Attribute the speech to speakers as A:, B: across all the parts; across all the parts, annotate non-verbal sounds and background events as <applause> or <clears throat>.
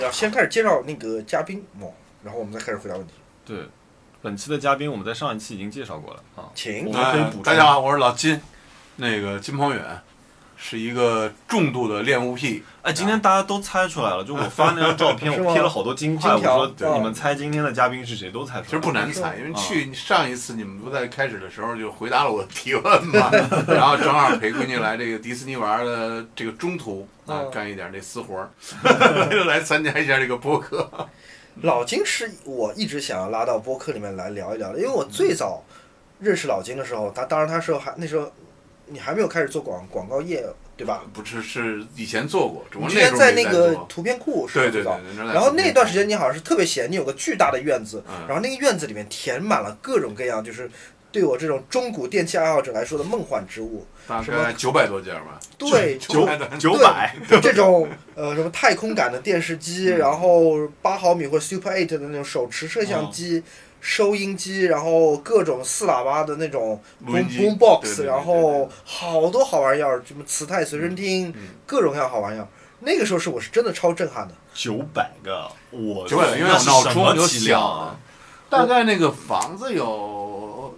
A: 个先开始介绍那个嘉宾哦，然后我们再开始回答问题。
B: 对，本期的嘉宾我们在上一期已经介绍过了啊，
A: 请
B: 我们可以
C: 哎
B: 补充。
C: 大家好，我是老金，那个金鹏远，是一个重度的恋物癖。
B: 哎，今天大家都猜出来了，就我发那张照
A: <laughs>
B: 片，
A: 是吗
B: 我贴了好多金块，
A: 金条
B: 我说
A: 嗯
B: 你们猜今天的嘉宾是谁，都猜出来了。
C: 其实不难猜，因为去上一次你们不在开始的时候就回答了我的提问嘛， <laughs> 然后正好陪闺女来这个迪士尼玩的这个中途啊
A: 嗯，
C: 干一点这私活儿， <laughs> 就来参加一下这个播客。
A: 老金是我一直想要拉到播客里面来聊一聊的，因为我最早认识老金的时候，他当然他时候还那时候你还没有开始做广广告业，对吧？
C: 不是，是以前做过，只不
A: 你之
C: 过那时
A: 前
C: 候
A: 在
C: 没
A: 那
C: 在
A: 个
C: 做。
A: 图片库是吧
C: 对对
A: 最
C: 对
A: 早，，
C: 那时候在
A: 然后那段时
C: 做
A: 间你好像是特别闲，你有个巨大的院子，
C: 嗯
A: 然后那个院子里面填满了各种各样，就是对我这种中古电器爱好者来说的梦幻之物。
C: 大
A: 什么
C: 概九百多件吧，
A: 对，
C: 九百多
B: 九百，
A: <laughs> 这种呃什么太空感的电视机，
C: 嗯
A: 然后八毫米或 Super Eight 的那种手持摄像机、
C: 哦
A: 收音机，然后各种四喇叭的那种
C: 录
A: boom
C: 音机
A: boom box，
C: 对对对对
A: 然后好多好玩意儿，什么磁带随身听，
C: 嗯
A: 各种各样好玩意儿。那个时候是我是真的超震撼的，
B: 九百个，我
C: 九百，因为
B: 那
C: 我
B: 是
C: 脑
B: 什
C: 中
B: 么
C: 有
B: 体量
C: 想
B: 啊？，
C: 大概那个房子有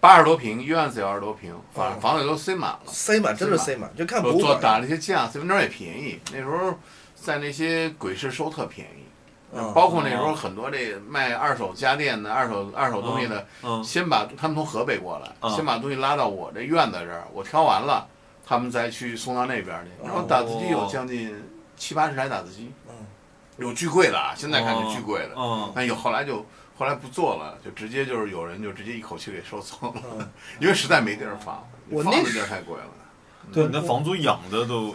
C: 八十多平，院子有二十多平，反
B: 哦
C: 正房子都塞满了。
A: 塞满真的
C: 塞
A: 塞满，就看博
C: 我
A: 物
C: 做
A: 馆。
C: 打了一些架，随便那儿也便宜。那时候在那些鬼市收特便宜，
A: 嗯
C: 包括那时
B: 哦
C: 候很多这卖二手家电的、二手二手东西的，
B: 嗯，
C: 先把他们从河北过来，
B: 嗯
C: 先把东西拉到我这院子这儿，我挑完了，他们再去送到那边去。然后打字机
B: 哦
C: 有将近七八十台打字机，
A: 嗯
C: 有巨贵的啊，现在看就
B: 哦
C: 巨贵的。
B: 嗯，
C: 但有后来就后来不做了，就直接就是有人就直接一口气给收走了，
A: 嗯，
C: 因为实在没地儿放，
A: 我
C: 放
A: 那
C: 的
A: 时
C: 地儿太贵了。
A: 嗯
B: 对，你那房租养的
C: <laughs>
B: 都，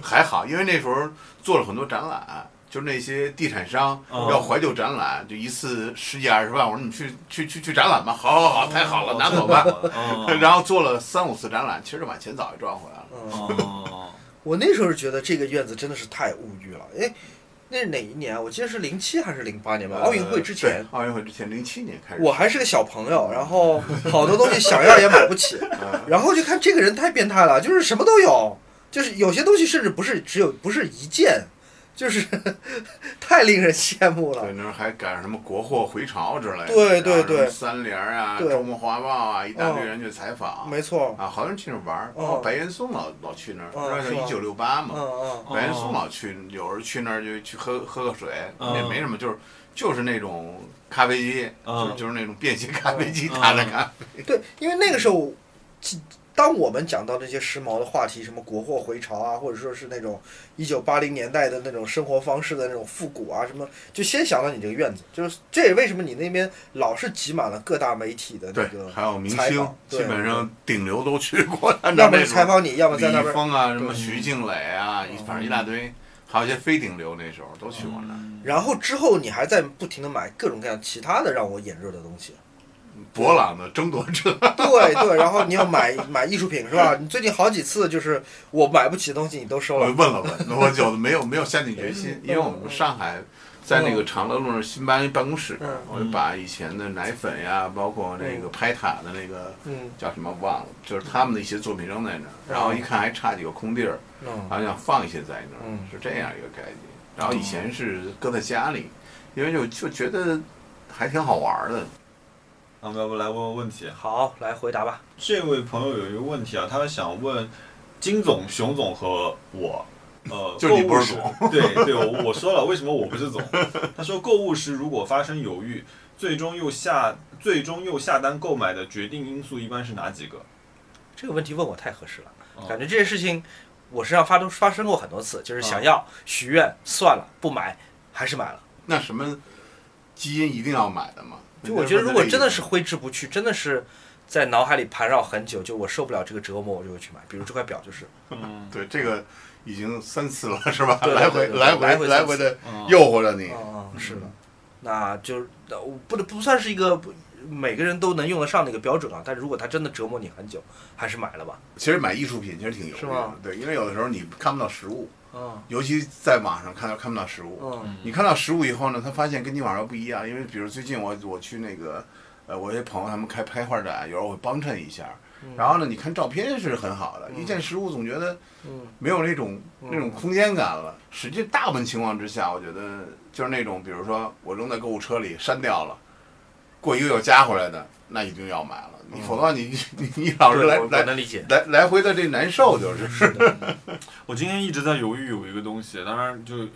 C: 还好，因为那时候做了很多展览，就是那些地产商
B: 嗯
C: 要怀旧展览，就一次十几二十万，我说你去去去去展览吧，好好好，太好了，啊拿走
B: <laughs>
C: 吧。
B: 嗯。
C: <laughs> 然后做了三五次展览，其实就把钱早就赚回来了。
A: 嗯，
B: 哦，
A: 我那时候是觉得这个院子真的是太物欲了。哎，那是哪一年啊？我记得是零七还是零八
C: 呃
A: 年吧？奥运会之前
C: 对，奥运会之前零七年开始，
A: 我还是个小朋友，然后好多东西想要也买不
C: <laughs>
A: 起，
C: 啊
A: 然后就看这个人太变态了，就是什么都有，就是有些东西甚至不是只有不是一件，就是 <laughs> 太令人羡慕了
C: 对。那时候还赶上什么国货回潮之类的，
A: 对对
C: 然后什么
A: 对
C: 三联啊，
A: 对
C: 周末画报啊，一大堆
A: 嗯
C: 人去采访，
A: 没错，
C: 啊，好多人去那儿玩儿，
A: 嗯
C: 包括白岩松老老去那儿，
A: 嗯
C: 那
A: 是
C: 叫
A: 吧
C: 一九六八嘛，
A: 嗯嗯
B: 哦
C: 白岩松老去，有时候去那儿就去喝喝个水，
B: 嗯
C: 也没什么，就是就是那种咖啡机，
B: 嗯
C: 就是就是那种便携咖啡机
B: 嗯
C: 打着
A: 哦
C: 咖啡，
A: 对，因为那个时候，其当我们讲到这些时髦的话题，什么国货回潮啊，或者说是那种一九八零年代的那种生活方式的那种复古啊，什么，就先想到你这个院子，就是这也为什么你那边老是挤满了各大媒体的那个，
C: 还有明
A: 采
C: 星
A: 访，
C: 基
A: 对
C: 本上顶流都去过，按
A: 要
C: 照
A: 么
C: 那
A: 是采
C: 种
A: 访你，要么在那
C: 李易
A: 边。
C: 峰啊，什么
A: 对嗯
C: 徐静蕾啊，一反正一大堆，还有一些非顶流那时候都去过那儿。
B: 嗯
A: 然后之后你还在不停的买各种各样其他的让我眼热的东西，
C: 博朗的争夺者，
A: 对对，然后你要买 <laughs> 买艺术品是吧？你最近好几次就是我买不起的东西你都收
C: 我
A: 了
C: 问，了问，我就没有没有下定决心
A: 嗯，
C: 因为我们上海在那个长乐路那儿新搬一办公室
A: 嗯，
C: 我就把以前的奶粉呀，包括那个拍塔的那个
A: 嗯
C: 叫什么忘了，就是他们的一些作品扔在那儿，然后一看还差几个空地儿，
A: 嗯
C: 然后想放一些在那儿
A: 嗯，
C: 是这样一个概念。然后以前是搁在家里，因为就就觉得还挺好玩儿的。
B: 那我们要不来问问问题？
A: 好，来回答吧。
B: 这位朋友有一个问题啊，他想问金总、熊总和我，呃，
C: <laughs> 就你不是
B: 购物时， <laughs> 对对，我我说了，为什么我不是总？ <laughs> 他说，购物时如果发生犹豫，最终又下最终又下单购买的决定因素一般是哪几个？
A: 这个问题问我太合适了，
B: 哦
A: 感觉这件事情我身上发生发生过很多次，就是想
C: 哦
A: 要、许愿，算了，不买，还是买了。
C: 那什么基因一定要买的吗？
A: 就我觉得，如果真的是
C: 那
A: 挥之不去，真的是在脑海里盘绕很久，就我受不了这个折磨，我就会去买。比如这块表就是，
B: 嗯
C: 对这个已经三次了，是吧？
A: 对对
C: 来回
A: 对对
C: 来
A: 来
C: 回
A: 回
C: 来
A: 三次
C: 回的
B: 嗯
C: 诱惑着你。
A: 嗯嗯，是的，那就是呃我不不算是一个每个人都能用得上的一个标准啊。但如果它真的折磨你很久，还是买了吧。
C: 其实买艺术品其实挺犹豫
A: 是
C: 的
A: 吗，
C: 对，因为有的时候你看不到实物，
B: 哦
A: 嗯
C: 尤其在网上看到看不到实物。
A: 嗯
C: 你看到实物以后呢，他发现跟你网上不一样，因为比如最近我我去那个，呃，我一些朋友他们开拍画展，有时候我帮衬一下，
D: 嗯
C: 然后呢，你看照片是很好的，
D: 嗯
C: 一见实物总觉得
D: 嗯
C: 没有那种
D: 嗯
C: 那种空间感了。实际大部分情况之下，我觉得就是那种，比如说我扔在购物车里删掉了，过一个月加回来的，那一定要买了。你
D: 嗯
C: 否则你 <laughs> 你你老是来
A: 对我我
C: 来
A: 能理解。
C: 来来回的这难受就是。
D: 是的，
B: 我今天一直在犹豫有一个东西，当然就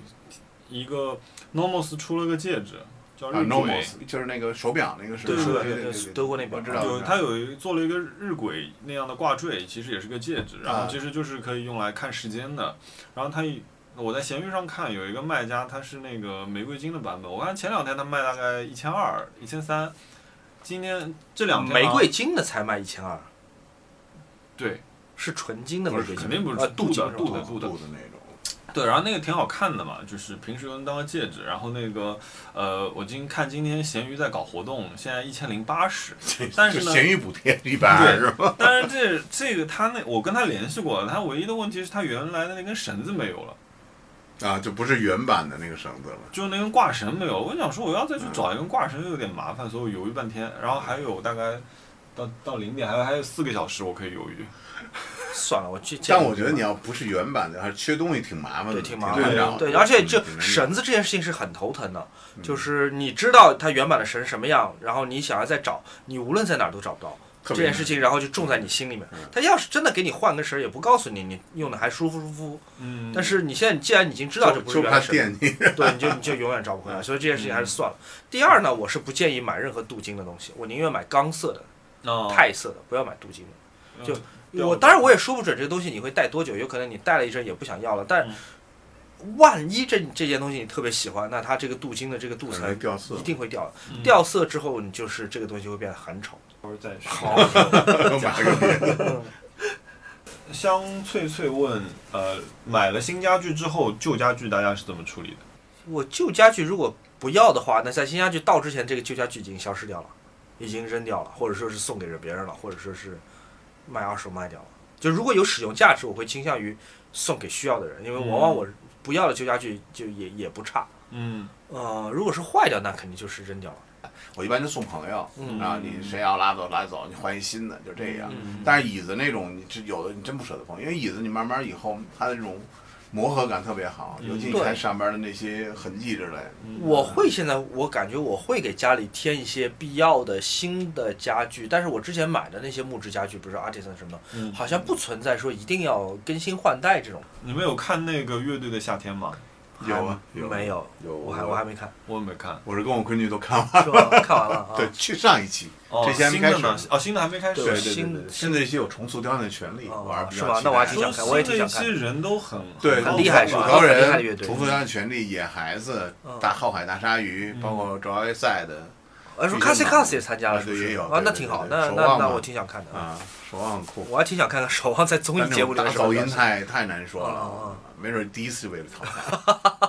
B: 一个 Normos 出了个戒指，叫
C: 啊
B: 日晷。
C: ，nomos 就是那个手表那个是吧
B: 对对
A: 对对德国那边
C: 我知道，
B: 有
C: 我知道
B: 它有一做了一个日晷那样的挂坠，其实也是个戒指，然
C: 啊
B: 后其实就是可以用来看时间的。然后它一我在闲鱼上看有一个卖家，他是那个玫瑰金的版本，我看前两天他卖大概一千二、一千三，今天这两天啊
A: 玫
B: 好像
A: 瑰金的才卖一千二，
B: 对
A: 是纯金的玫
C: 不是
A: 瑰金，
B: 肯定不是
A: 呃
B: 镀
A: 金
B: 的
A: 是吧
B: 镀的
C: 布的那种。
B: 对，然后那个挺好看的嘛，就是平时用当个戒指。然后那个呃，我今看今天闲鱼在搞活动，现在一千零八
C: <laughs>
B: 十，但是
C: 就
B: 呢
C: 闲鱼补贴一百二是吧？
B: 当然这这个他那我跟他联系过了，他唯一的问题是他原来的那根绳子没有了，
C: 啊，就不是原版的那个绳子了。
B: 就是那根挂绳没有了。我想说我要再去找一根挂绳有点麻烦，所以我犹豫半天。然后还有大概到到零点还有还有四个小时我可以犹豫。
A: 算了，我去。
C: 但我觉得你要不是原版的，还是缺东西挺麻烦的，
A: 对，挺麻烦
C: 难
A: 的。
C: 找的
A: 对，而且这
C: 嗯挺难找
A: 绳子这件事情是很头疼的，
C: 嗯
A: 就是你知道它原版的绳什么样，然后你想要再找，你无论在哪儿都找不到
C: 特
A: 这
C: 别
A: 件事情，然后就种在你心里面
C: 嗯。
A: 他要是真的给你换根绳，也不告诉你，你用的还舒服舒服。
B: 嗯，
A: 但是你现在既然已经知
C: 难
A: 道
C: 就
A: 这不是
C: 就
A: 原
C: 怕嗯
A: 来绳，
C: 惦记。
A: 对，你就你就永远找不回来。所以这件事情还是算了。第二呢，我是不建议买任何镀金的东西，我宁愿买钢色的、
B: 那
C: 哦
A: 钛色的，不要买镀金的。就
C: 啊
B: 对
A: 我
B: 我
A: 当然我也说不准这个东西你会戴多久，有可能你戴了一阵也不想要了，但
B: 嗯
A: 万一这这件东西你特别喜欢，那它这个镀金的这个镀
C: 可能
A: 层
C: 掉色
A: 一，定会掉的，
B: 嗯
A: 掉色之后你就是这个东西会变得很丑。
B: 一会儿再说。
A: 好，
C: 又 <laughs> 买个
A: <laughs>
C: 别的。
B: 香翠翠问，呃，买了新家具之后，旧家具大家是怎么处理的？
A: 我旧家具如果不要的话，那在新家具到之前，这个旧家具已经消失掉了，已经扔掉了，或者说是送给了别人了，或者说是卖二手卖掉了。就如果有使用价值，我会倾向于送给需要的人，因为往往
B: 嗯
A: 我不要的旧家具就也也不差。
B: 嗯，
A: 呃，如果是坏掉，那肯定就是扔掉了。
C: 我一般就送朋友，
A: 嗯
C: 然后你谁要拉走拉走，你换一新的，就这样。
A: 嗯
C: 但是椅子那种，你这有的你真不舍得碰，因为椅子你慢慢以后它的那种磨合感特别好，
B: 嗯
C: 尤其你
A: 对
C: 看上边的那些痕迹之类的。
A: 我会现在，我感觉我会给家里添一些必要的新的家具，但是我之前买的那些木质家具，比如说 artisan 什么的，
B: 嗯
A: 好像不存在说一定要更新换代这种。
B: 你们有看那个乐队的夏天吗？
C: 有啊
A: 还
C: 有啊
A: 没有？
C: 有
A: 我还我还没
C: <laughs>
A: 看，
B: 我也没看。
C: 我是跟我闺女都看完，
A: 是吧？看完了啊。
C: <laughs> 对，去上一期，
B: 哦，
C: 这些还没
B: 新
C: 开
B: 的
C: 始
B: 呢？哦，新的还没开
A: 对
B: 始。
C: 对对
A: 新
C: 对对，现在一期有重塑雕像的权利，
A: 哦
C: 我还是比
A: 是
C: 较
A: 吗
C: 期
A: 那我还
C: 待
A: 挺
B: 说
A: 想看我也挺
B: 新的
A: 想
B: 一
A: 看
B: 期人都很
C: 对，
A: 很厉害
B: 是
A: 是吧
C: 高
A: 很厉害的乐
C: 人、
A: 队
C: 重塑雕像权利、野孩子
A: 嗯、
C: 大浩海大鲨鱼，包括 Joy 赛的
A: 呃，说
C: 一
A: c a s
C: 些嘛
A: c a s 也参加了，
C: 啊
A: 是不是？
C: 对也有
A: 啊，
C: 对
A: 那
C: 对
A: 挺
C: 对
A: 好，
C: 对
A: 那
C: 守
A: 那
C: 望
A: 那
C: 嘛
A: 我挺想看的。
C: 啊，守望很酷。
A: 嗯我还挺想看看《守望》在综艺
C: 但那
A: 节目
C: 种
A: 里
C: 大
A: 面
C: 噪
A: 什
C: 音
A: 么表现
C: 太啊太难说
A: 嗯
C: 了，没准第一次就被淘汰。 <laughs>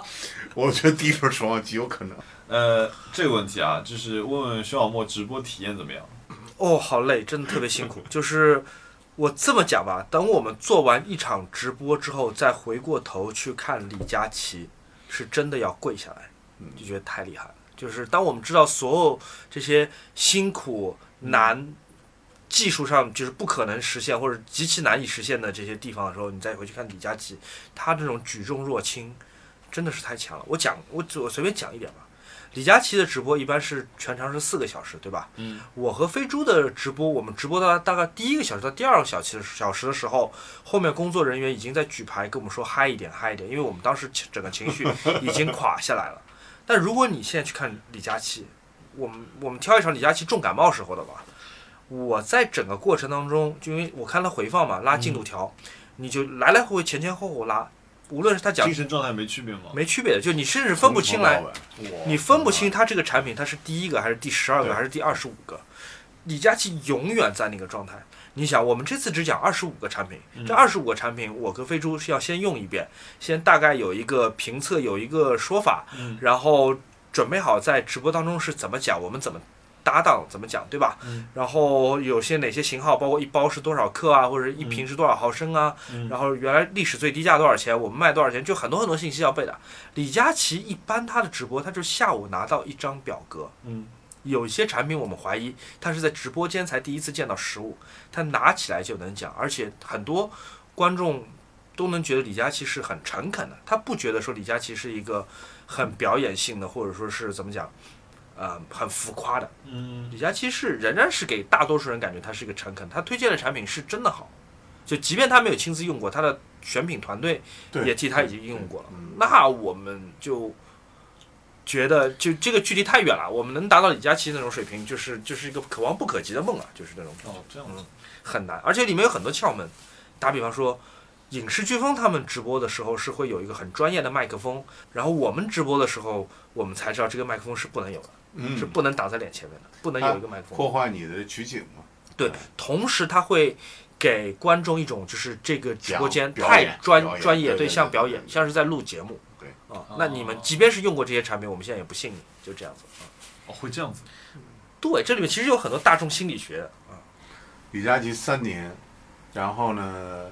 C: 我觉得第一轮守望极有可能。
B: 呃，这个问题啊，就是问问徐小莫直播体验怎么样？
A: 哦，好累，真的特别辛苦。就是我这么讲吧，等我们做完一场直播之后，再回过头去看李佳琦，是真的要跪下来，就觉得太厉害了。就是当我们知道所有这些辛苦难。技术上就是不可能实现或者极其难以实现的这些地方的时候，你再回去看李佳琦，他这种举重若轻，真的是太强了。我讲，我我随便讲一点吧。李佳琦的直播一般是全长是四个小时，对吧？
B: 嗯，
A: 我和飞猪的直播，我们直播到大概第一个小时到第二个小时小时的时候，后面工作人员已经在举牌跟我们说嗨一点嗨一点，因为我们当时情整个情绪已经垮下来了。但如果你现在去看李佳琦，我们我们挑一场李佳琦重感冒时候的吧，我在整个过程当中，就因为我看他回放嘛，拉进度条，你就来来回回前前后后拉，无论是他讲
B: 精神状态没区别吗？
A: 没区别的，就你甚至分不清来
C: 从头到尾，
A: 你分不清它这个产品它是第一个还是第十二个
C: 对
A: 还是第二十五个。李佳琦永远在那个状态。你想，我们这次只讲二十五个产品，
B: 嗯
A: 这二十五个产品，我跟飞猪是要先用一遍，先大概有一个评测，有一个说法，
B: 嗯
A: 然后准备好在直播当中是怎么讲，我们怎么搭档，怎么讲，对吧？
B: 嗯
A: 然后有些哪些型号，包括一包是多少克啊，或者一瓶是多少毫升啊，
B: 嗯，
A: 然后原来历史最低价多少钱，我们卖多少钱，就很多很多信息要背的。李佳琦一般他的直播，他就下午拿到一张表格，
B: 嗯
A: 有一些产品我们怀疑他是在直播间才第一次见到实物，他拿起来就能讲，而且很多观众都能觉得李佳琦是很诚恳的，他不觉得说李佳琦是一个很表演性的，或者说是怎么讲，呃，很浮夸的。
B: 嗯
A: 李佳琦是仍然是给大多数人感觉他是一个诚恳，他推荐的产品是真的好，就即便他没有亲自用过，他的选品团队
C: 对
A: 也替他已经用过了
C: 嗯。
A: 那我们就觉得就这个距离太远了，我们能达到李佳琦那种水平，就是就是一个可望不可及的梦啊，就是那种
B: 哦这样
A: 嗯
B: 子
A: 很难，而且里面有很多窍门。打比方说，影视飓风他们直播的时候是会有一个很专业的麦克风，然后我们直播的时候，我们才知道这个麦克风是不能有的，
C: 嗯啊
A: 是不能挡在脸前面的，不能有一个麦克风。
C: 破坏你的取景嘛，
A: 对，同时他会给观众一种就是这个直播间
C: 表
A: 太
C: 演
A: 专
C: 表演
A: 专
C: 对
A: 业，
C: 对对
A: 像表
C: 对
A: 演，
C: 对
A: 像是在录节目。
C: 对
A: 啊
B: 哦，
A: 那你们即便是用过这些产品，我们现在也不信你，就这样子。啊
B: 哦会这样子，
A: 对，这里面其实有很多大众心理学啊，
C: 李佳琦三年，然后呢，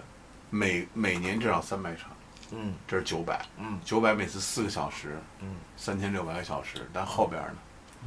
C: 每每年至少三百场，
A: 嗯
C: 这是九百，
A: 嗯
C: 九百每次四个小时，
A: 嗯，
C: 三千六百个小时，但后边呢，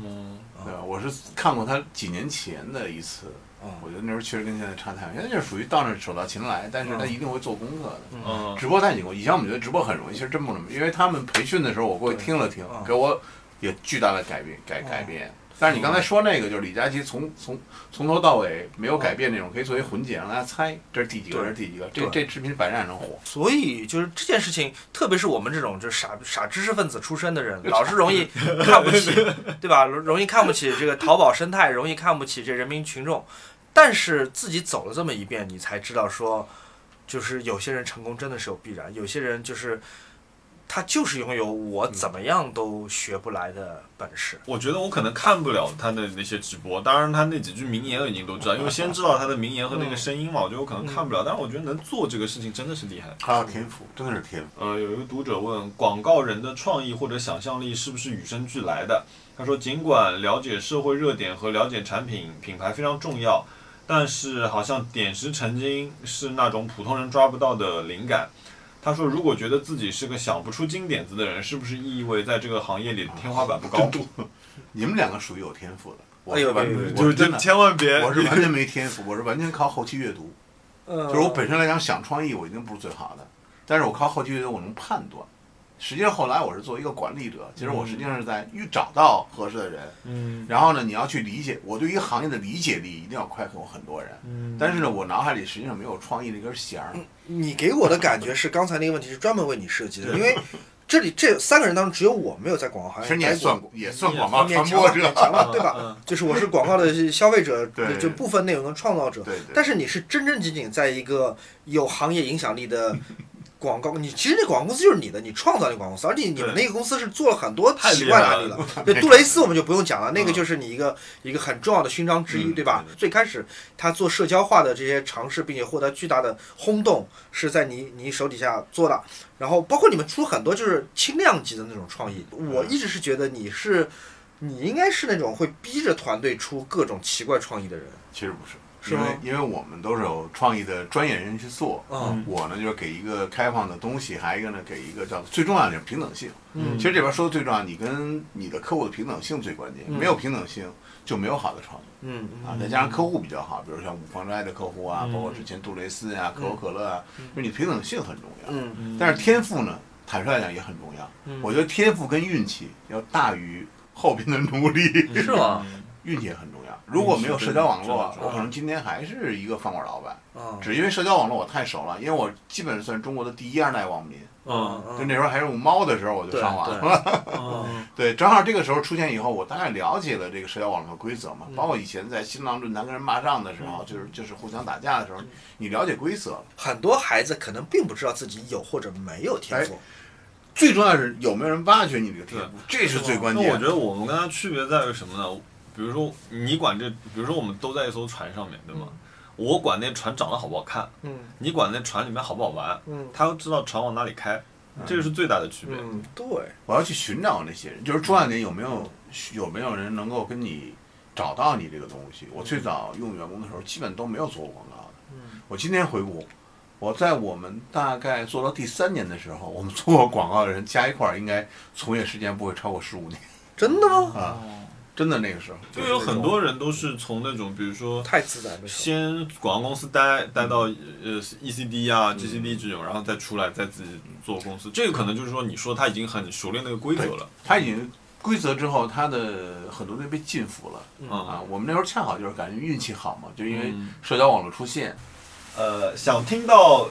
B: 嗯
C: 对吧？我是看过他几年前的一次，
A: 啊
C: 我觉得那时候确实跟现在差太远，现在就是属于到那儿手到擒来，但是他
A: 嗯
C: 一定会做功课的。
B: 嗯
C: 直播太紧，以前我们觉得直播很容易，其实真不那么，因为他们培训的时候我过去听了听，
A: 嗯
C: 给我也巨大的改变改
A: 嗯
C: 改变。但是你刚才说那个，就是李佳琦从从从头到尾没有改变那种，可以作为混剪让大家猜这是第几个，这
A: 对
C: 是第几个，这
A: 对
C: 这视频反正也能火。
A: 所以就是这件事情，特别是我们这种就是傻傻知识分子出身
D: <laughs>
A: 的人，老是容易看不起，对吧？容易看不起这个淘宝生态，容易看不起这人民群众。但是自己走了这么一遍，你才知道说，就是有些人成功真的是有必然，有些人就是他就是拥有我怎么样都学不来的本事。
B: 我觉得我可能看不了他的那些直播，当然他那几句名言我已经都知道，因为先知道他的名言和
A: 嗯
B: 那个声音嘛，我觉得我可能看不了，但是我觉得能做这个事情真的是厉害。
C: 还有天赋，真的是天赋。
B: 呃，有一个读者问，广告人的创意或者想象力是不是与生俱来的？他说，尽管了解社会热点和了解产品品牌非常重要，但是好像点石成金是那种普通人抓不到的灵感。他说，如果觉得自己是个想不出金点子的人，是不是意味在这个行业里天花板不高？
C: <laughs> 你们两个属于有天赋的，我
A: 哎
C: 是
A: 呦
C: 完
A: 对对对
C: 全，我
B: 就是
C: 真
B: 就
C: 的，
B: 千万别，
C: 我是完全没天赋，我是完全靠后期阅读。
D: 呃
A: 就
C: 就是我本身来讲想创意，我一定不是最好的，但是我靠后期我能判断。实际上后来我是作为一个管理者，其实我实际上是在遇找到合适的人，
B: 嗯
C: 然后呢，你要去理解我对一个行业的理解力一定要快过很多人。
B: 嗯，
C: 但是呢，我脑海里实际上没有创意的一根弦儿。
D: 你给我的感觉是刚才那个问题是专门为你设计的，因
C: <laughs>
D: 为这里这三个人当中只有我没有在广告行
C: 其
D: 业
C: 实你
D: 待
C: 也
D: 过
C: 算也算广告
D: 勉
C: 啊传
D: 强
C: 播
D: 了勉
C: 者，
D: 强了，对吧？
B: 嗯？
D: 就是我是广告的消费者
C: <laughs> 对，
D: 就部分内容的创造者。
C: 对对。
D: 但是你是真正经经在一个有行业影响力的 <laughs> 广告，你其实那广告公司就是你的，你创造那个广告公司，而且你们
B: 对
D: 那个公司是做了很多
B: 太
D: 奇
B: 厉
D: 怪的
B: 害
D: 案例
B: 了
D: 了。
B: <laughs>
D: 对杜蕾斯我们就不用讲了，那个
B: 嗯
D: 就是你一个一个很重要的勋章之一，
C: 嗯
D: 对吧
B: 对？
D: 最开始他做社交化的这些尝试，并且获得巨大的轰动，是在你你手底下做的。然后包括你们出很多就是轻量级的那种创意，我
B: 嗯
D: 一直是觉得你是。你应该是那种会逼着团队出各种奇怪创意的人，
C: 其实不是，
D: 是
C: 因为
D: 吗
C: 因为我们都是有创意的专业人去做。
D: 嗯
C: 我呢，就是给一个开放的东西，还有一个呢，给一个叫最重要的就是平等性。
B: 嗯
C: 其实这边说的最重要，你跟你的客户的平等性最关键，
D: 嗯
C: 没有平等性就没有好的创意
D: 嗯嗯
C: 啊。再加上客户比较好，比如像五芳斋的客户啊，
B: 嗯
C: 包括之前杜蕾斯啊、可口可乐啊，就是你平等性很重要。
D: 嗯
B: 嗯
C: 但是天赋呢，坦率来讲也很重要。
A: 嗯
C: 我觉得天赋跟运气要大于后边的努力，
A: 是吗？
C: <laughs> 运气也很重要。如果没有社交网络啊，
B: 嗯
C: 我可能今天还是一个饭馆老板，
A: 啊
C: 只因为社交网络我太熟了，因为我基本算中国的第一二代网民。
D: 啊
B: 嗯
C: 就那时候还用猫的时候，我就
A: 对
C: 上
A: <laughs>
C: 网了。
A: 对
D: 啊
B: 嗯
C: 对，正好这个时候出现以后，我大概了解了这个社交网络的规则嘛，包括以前在新浪论坛跟人骂仗的时候，就是就是互相打架的时候，你了解规则了。
D: 很多孩子可能并不知道自己有或者没有天赋。
C: 最重要的是有没有人挖掘你这个天赋，这是最关
B: 那
C: 键。
B: 我觉得我们跟他区别在于什么呢？比如说你管这，比如说我们都在一艘船上面，对吗？我管那船长得好不好看，
D: 嗯
B: 你管那船里面好不好玩，
D: 嗯
B: 他要知道船往哪里开，这个是最大的区别。
D: 嗯，对，
C: 我要去寻找那些人，就是重要点有没有有没有人能够跟你找到你这个东西。我最早用员工的时候，基本都没有做过广告的。
D: 嗯
C: 我今天回顾，我在我们大概做到第三年的时候，我们做过广告的人加一块儿，应该从业时间不会超过十五年。
A: 嗯
D: 真的吗？
C: 啊，真的那个时候，
B: 就有很多人都是从那种比如说
D: 太自然了。
B: 先广告公司待待到呃 ECD 啊、GCD 这种，然后再出来再自己做公司，这个可能就是说你说他已经很熟练那个规则了，
C: 他已经规则之后，他的很多东西被禁服了、
D: 嗯
C: 啊。我们那时候恰好就是感觉运气好嘛，就因为
B: 嗯
C: 社交网络出现，
B: 呃，想听到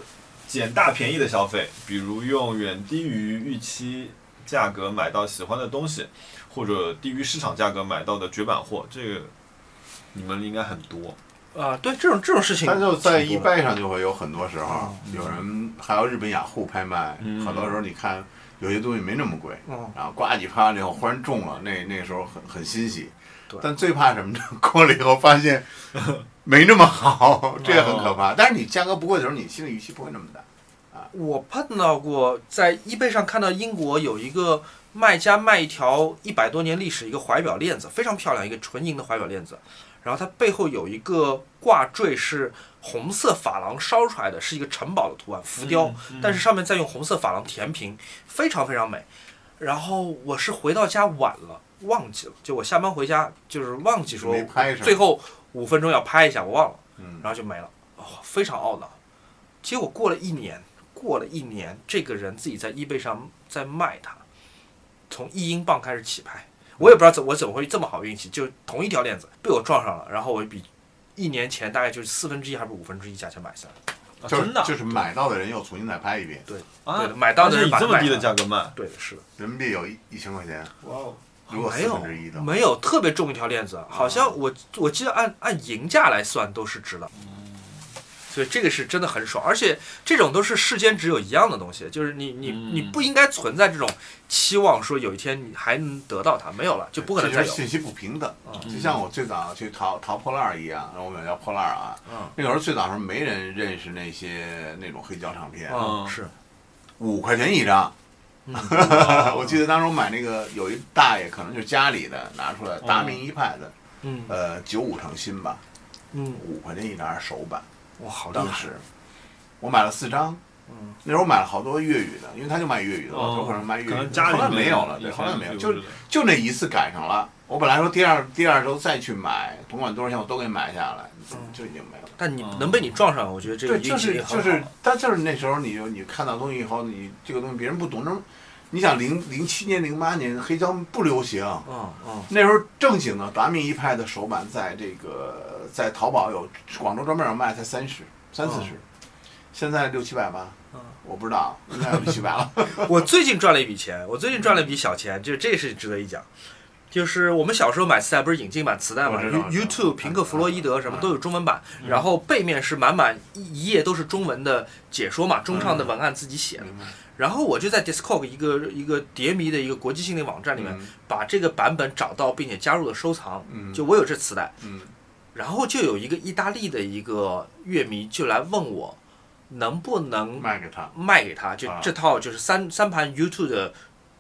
B: 捡大便宜的消费，比如用远低于预期价格买到喜欢的东西，或者低于市场价格买到的绝版货，这个你们应该很多。
D: 啊，对这种这种事情，
C: 他就在
D: 挺
C: 一
D: 多的
C: 拜上就会有很多时候，有人还有日本雅虎拍卖，
B: 嗯
C: 很多时候你看有些东西没那么贵，
D: 嗯
C: 然后呱几趴了以后忽然中了，那那时候很很欣喜
D: 对。，
C: 但最怕什么呢？过了以后发现没那么好，这也很可怕。但是你价格不贵的时候，你心里预期不会那么大。
A: 我碰到过，在 eBay 上看到英国有一个卖家卖一条一百多年历史一个怀表链子，非常漂亮，一个纯银的怀表链子。然后它背后有一个挂坠是红色珐琅烧出来的，是一个城堡的图案浮雕，
B: 嗯
A: 但是上面再用红色珐琅填平，非常非常美。然后我是回到家晚了，忘记了，就我下班回家就是忘记说
C: 没拍上
A: 最后五分钟要拍一下，我忘了，
C: 嗯
A: 然后就没了，哦，非常懊恼。结果过了一年，过了一年，这个人自己在 eBay 上在卖它，从一英镑开始起拍，我也不知道怎我怎么会这么好运气，就同一条链子被我撞上了，然后我比一年前大概就是四分之一还是五分之一价钱买下来，
B: 啊
C: 就是
B: 真的啊
C: 就是买到的人又重新再拍一遍，
B: 啊
A: 对的，买到的
B: 但是
A: 人
B: 以
A: 把它
B: 这么
A: 卖
B: 低的
A: 了
B: 价格卖，
A: 对的，是的。
C: 人民币有一一千块钱，
B: 哇哦，
C: 如果
A: 没
C: 四
A: 有
C: 分之一的啊话，
A: 没有特别重一条链子，好像我我记得按按银价来算都是值的，所以这个是真的很爽，而且这种都是世间只有一样的东西，就是你你
B: 嗯
A: 你不应该存在这种期望，说有一天你还能得到它，没有了就不可能
C: 这
A: 再
C: 就是
A: 有。
C: 信息不平等。
A: 嗯
C: 就像我最早去淘淘破烂儿一样，然后我们叫破烂儿啊。
A: 嗯
C: 那个时候最早时候没人认识那些那种黑胶唱片，
A: 嗯
B: 嗯
A: 是
C: 五块钱一张。 <laughs>
A: 嗯
C: 我记得当时我买那个有一大爷，可能就是家里的拿出来
B: 嗯
C: 达
A: 哦
C: 明一派的，
A: 嗯
C: 呃，九五成新吧， <laughs>
A: 嗯
C: 五块钱一张是手版。
A: 哇好厉
C: 当
A: 害
C: 时我买了四张，
A: 嗯
C: 那时候买了好多粤语的，因为他就卖粤语的，
A: 哦
C: 我头可能卖粤语
B: 可能
C: 的，
B: 家里
C: 后来没有了，
B: 以
C: 对，
B: 前
C: 后来没有，
B: 留
C: 就
B: 着的
C: 就那一次赶上了。我本来说第二第二周再去买，甭管多少钱我都给买下来，就已经没有了。
A: 但你
B: 嗯
A: 能被你撞上，我觉得这个
C: 对，就
A: 运气
C: 是
A: 也很好
C: 就。是，但就是那时候你就你看到东西以后，你这个东西别人不懂，那你想零零七年零八年黑胶不流行，
A: 嗯嗯
C: 那时候正经的达明一派的手板在这个在淘宝有广州专卖有卖，才三十三四十，现在六七百吧
A: 嗯，
C: 我不知道，应该有六七百
A: <laughs>
C: 了。
A: 我最近赚了一笔钱，我最近赚了一笔小钱，就这是值得一讲。就是我们小时候买磁带，不是引进版磁带嘛
C: 我知道
A: ，You
C: 我知道
A: YouTube、平克·弗洛伊德什么都有中文版，
B: 嗯
A: 然后背面是满满一一页都是中文的解说嘛，中
C: 嗯
A: 唱的文案自己写的。
C: 明白
A: 然后我就在 Discog 一个一个碟迷的一个国际性的网站里面，
C: 嗯
A: 把这个版本找到并且加入了收藏。
C: 嗯
A: 就我有这磁带，
C: 嗯，
A: 然后就有一个意大利的一个乐迷就来问我，能不能
C: 卖给他，
A: 卖给他，就
C: 啊
A: 这套就是三三盘 YouTube 的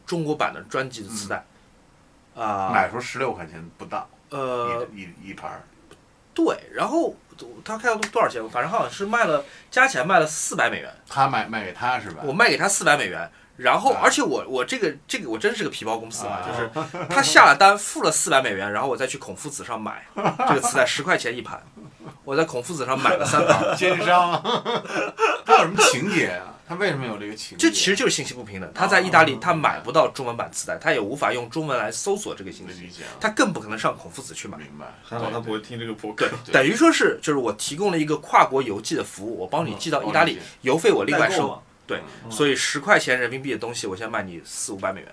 A: 中国版的专辑的磁带，啊、
C: 买的时候十六块钱不到，
A: 呃，
C: 一一一盘儿，
A: 对，然后呃他开了多少钱？反正好像是卖了加起来卖了四百美元，
C: 他卖卖给他是吧？
A: 我卖给他四百美元。然后
C: 啊，
A: 而且我我这个这个我真是个皮包公司嘛，
C: 啊
A: 就是
C: <laughs>
A: 他下了单付了四百美元，然后我再去孔夫子上买这个磁带，十块钱一盘，我在孔夫子上买了
C: <laughs>
A: 三盘，
C: 奸商，他有什么情节啊？他为什么有这个情节？
A: 这其实就是信息不平等。他在意
C: 啊
A: 大利他买不到中文版磁带，他也无法用中文来搜索这个信
C: 没
A: 息，
C: 理解啊，
A: 他更不可能上孔夫子去买。
C: 明白。
B: 还好他不会听这个博客。
C: 对
A: 等于说是就是我提供了一个跨国邮寄的服务，我帮你寄到意大利，
C: 嗯
A: 邮费我另外
B: 代购
A: 收。
B: 嘛，
A: 对，
B: 嗯
A: 所以十块钱人民币的东西，我先卖你四五百美元。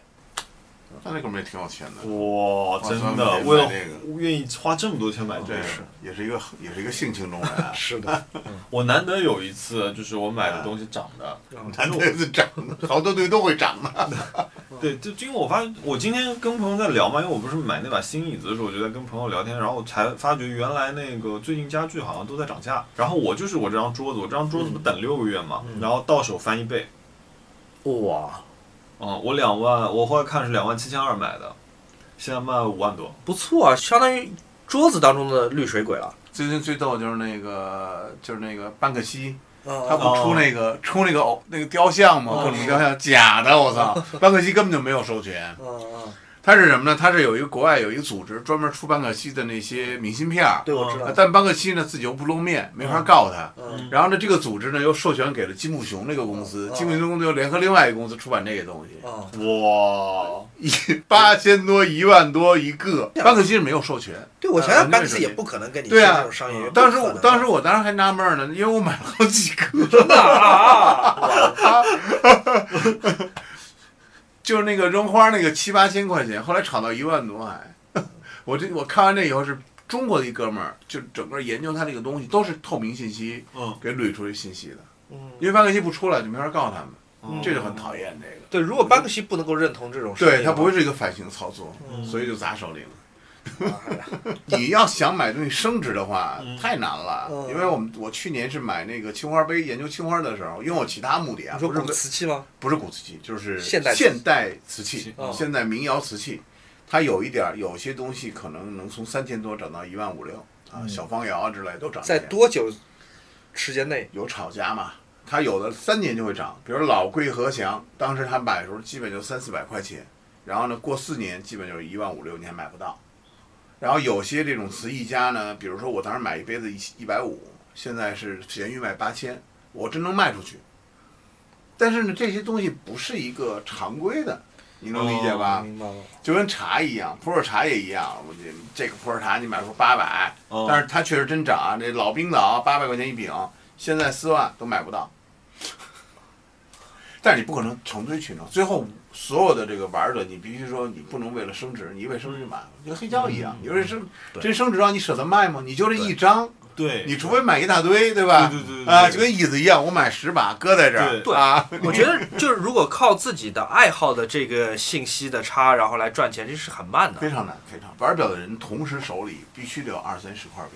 C: 那那哥们儿也挺有钱的，
B: 哇，真的
C: 我
B: 嗯
C: 专门
B: 为了
C: 买这
B: 愿意花这么多钱买这
C: 对
B: 个，，
C: 也是一个也是一个性情中人啊
D: 是的，
B: 我难得有一次就是我买的东西涨的，
A: 嗯
C: 男的是长的，好多队都会长的。
B: 对，就因为我发现我今天跟朋友在聊嘛，因为我不是买那把新椅子的时候，我就在跟朋友聊天，然后我才发觉原来那个最近家具好像都在涨价，然后我就是我这张桌子，我这张桌子不
C: 嗯
B: 等六个月嘛，然后到手翻一倍，
A: 哇，
B: 嗯，我两万，我后来看是两万七千二买的，现在卖五万多，
A: 不错啊，相当于桌子当中的绿水鬼了。
C: 最近最逗就是那个就是那个班克西，
D: 哦
C: 他
A: 嗯，
C: 不出那个出那个
D: 哦
C: 偶那个雕像吗？各种雕像假的，我操！班克西根本就没有授权，
D: 嗯嗯，
C: 它是什么呢？它是有一个国外有一个组织专门出班克西的那些明信片儿，
D: 对，我知道
C: 啊。但班克西呢自己又不露面，没法告他。
D: 嗯
C: 然后呢，这个组织呢又授权给了金木熊这个公司，
D: 嗯
C: 金木熊公司又联合另外一个公司出版这个东西，
D: 啊，
B: 哇，
C: 八千多、一万多一个，
D: 哦
C: 班克西是没有授权。
D: 对我想想，
C: 嗯
D: 班克西也不可能跟你
C: 对啊
D: 签这种商业约。
C: 当时我
D: 嗯不可能
C: 当
A: <laughs>
C: 时我当时还纳闷呢，因为我买了好几个，
D: <laughs>
C: 就是那个扔花那个七八千块钱，后来炒到一万多还。 <laughs> 我这我看完这以后是中国的一哥们儿，就整个研究他这个东西都是透明信息
B: 嗯，
C: 给捋出去信息的，
D: 嗯
C: 因为班克西不出来就没法告他们，
D: 哦
B: 嗯
C: 这就很讨。厌这个。
D: 对，如果班克西不能够认同这种商业的
C: 对他
D: 话，
C: 不会是一个反向操作，
B: 嗯
C: 所以就砸手里了。
D: 啊哎呀
C: 你要想买东西升值的话
B: 嗯，
C: 太难了。
D: 嗯
C: 因为我们我去年是买那个青花杯，研究青花的时候，因为我其他目的啊，
D: 你说
C: 不是
D: 古瓷器吗？
C: 不是古瓷器，就是
D: 现代瓷器
C: 现代瓷器
D: 嗯，
C: 现代民谣瓷器，它有一点儿有些东西可能能从三千多涨到一万五六啊，
B: 嗯
C: 小方窑啊之类都涨一
D: 在
C: 点。
D: 多久时间内？
C: 有炒家嘛，它有的三年就会涨，比如老贵和祥，当时他买的时候基本就三四百块钱，然后呢过四年基本就是一万五六，你还买不到。然后有些这种瓷艺家呢，比如说我当时买一杯子一一百五，现在是闲鱼卖八千，我真能卖出去。但是呢，这些东西不是一个常规的，你能理解吧？
A: 哦
D: 明白了。
C: 就跟茶一样，普洱茶也一样，我这这个普洱茶你买出八百，
B: 嗯
C: 但是它确实真涨啊！这老冰岛八百块钱一饼，现在四万都买不到。 <laughs> 但是你不可能成堆去弄，最后所有的这个玩者，你必须说你不能为了升值，你一为升值就买了，就跟黑胶一样。你说这升
A: 对
C: 真升值让你舍得卖吗？你就这一张，
B: 嗯对，
C: 你除非买一大堆，对吧？
B: 对对对对
C: 啊，
B: 对
C: 就跟椅子一样，我买十把搁在这儿，
A: 对
C: 啊，
A: <laughs> 我觉得就是如果靠自己的爱好的这个信息的差，然后来赚钱，这是很慢的
C: 非常难，非常玩表的人同时手里必须得有二三十块表。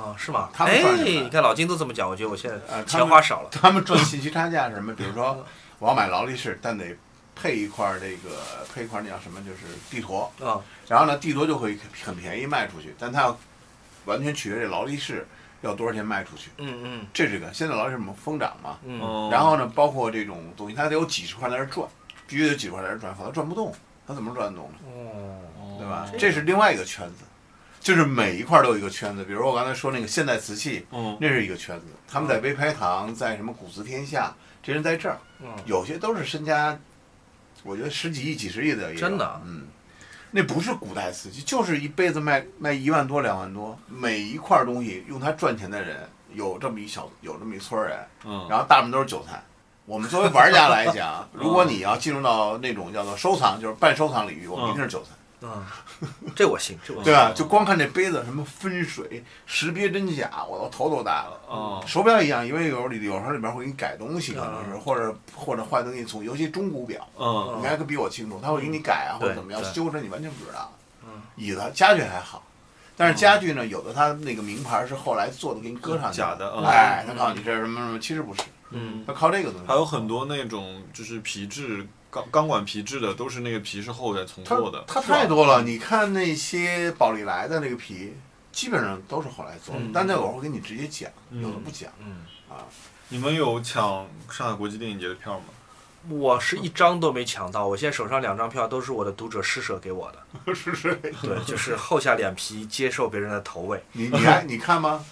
A: 啊、是吗？
C: 他们
A: 哎
C: 赚，得慢
A: 你看老金都这么讲，我觉得我现在
C: 呃他
A: 钱
C: 们
A: 花少了。
C: <laughs> 他们赚信息差价是什么？比如说，我要买劳力士，但得配一块儿这个配一块儿那叫什么，就是地驼。
A: 啊、
C: 然后呢，地驼就会很便宜卖出去，但它要完全取决于劳力士要多少钱卖出去。
A: 嗯
C: 这是个现在劳力士么疯涨嘛？
A: 嗯嗯，
B: 嗯，
C: 然后呢，包括这种东西，它得有几十块在这儿转，必须得有几十块在这儿转，否则转不动。它怎么转得动呢？
A: 嗯
D: 哦，
B: 哦
C: 对吧？这是另外一个圈子，就是每一块儿都有一个圈子。比如我刚才说那个现代瓷器，
B: 嗯
C: 那是一个圈子，他们在微拍堂，在什么古瓷天下，这人在这儿，
A: 嗯
C: 有些都是身家，我觉得十几亿、几十亿的也有
A: 真的
C: 嗯，那不是古代瓷器，就是一辈子卖卖一万多、两万多，每一块东西用它赚钱的人有这么一小，有这么一撮人，
B: 嗯，
C: 然后大部分都是韭菜。我们作为玩家来讲，
A: 嗯
C: 如果你要进入到那种叫做收藏，就是半收藏领域，我们一定是韭菜。
A: 嗯，这我信，这我信。
C: 对啊吧？就光看这杯子什么分水、识别真假，我都头都大了。
B: 哦
C: 手表一样，因为有里有时候里边会给你改东西，可
B: 啊
C: 能是
A: 嗯
C: 或者或者坏东西从，尤其中古表，
B: 嗯
A: 嗯
C: 你还可比我清楚，他会给你改啊，或者
A: 对
C: 怎么样
A: 对
C: 修着，你完全不知道。
A: 嗯
C: 椅子家具还好，但是家具呢，有的它那个名牌是后来做的，给你搁上去
B: 假的嗯哦
C: 哎，他告诉你这是什么什么，其实不是，
A: 嗯
C: 他靠这个东西。
B: 还有很多那种就是皮质钢钢管皮质的，都是那个皮是厚的重
C: 它
B: 做的，
C: 它
B: 是吧嗯
C: 太多了。你看那些宝丽来的那个皮，基本上都是后来做的
A: 嗯，
C: 但那我会给你直接讲，
B: 嗯
C: 有的不讲。
A: 嗯，
B: 你们有抢上海国际电影节的票吗？
A: 我是一张都没抢到，我现在手上两张票都是我的读者施舍给我的。
C: <laughs> 是是，
A: 对，就是厚下脸皮接受别人的投喂。
C: 你你还你看吗？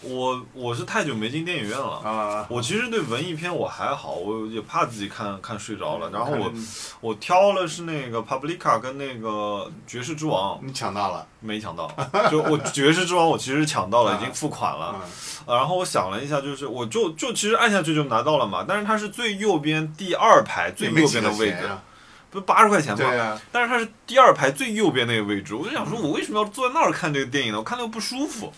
B: 我我是太久没进电影院了。
C: 啊，
B: 我其实对文艺片我还好，我也怕自己看看睡着了。然后我
C: 嗯看
B: 我挑了是那个《Paprika》跟那个《绝世之王》，
C: 你抢到了，
B: 没抢到。就我《绝世之王》，我其实抢
C: <laughs>
B: 到了，已经付款了。
C: 嗯
B: 呃然后我想了一下，就是我就就其实按下去就拿到了嘛，但是它是最右边第二排最右边的位置，不八十块钱
C: 啊对啊
B: 吗？
C: 呀，
B: 但是它是第二排最右边那个位置，我就想说，我为什么要坐在那儿看这个电影呢？我看了又不舒服，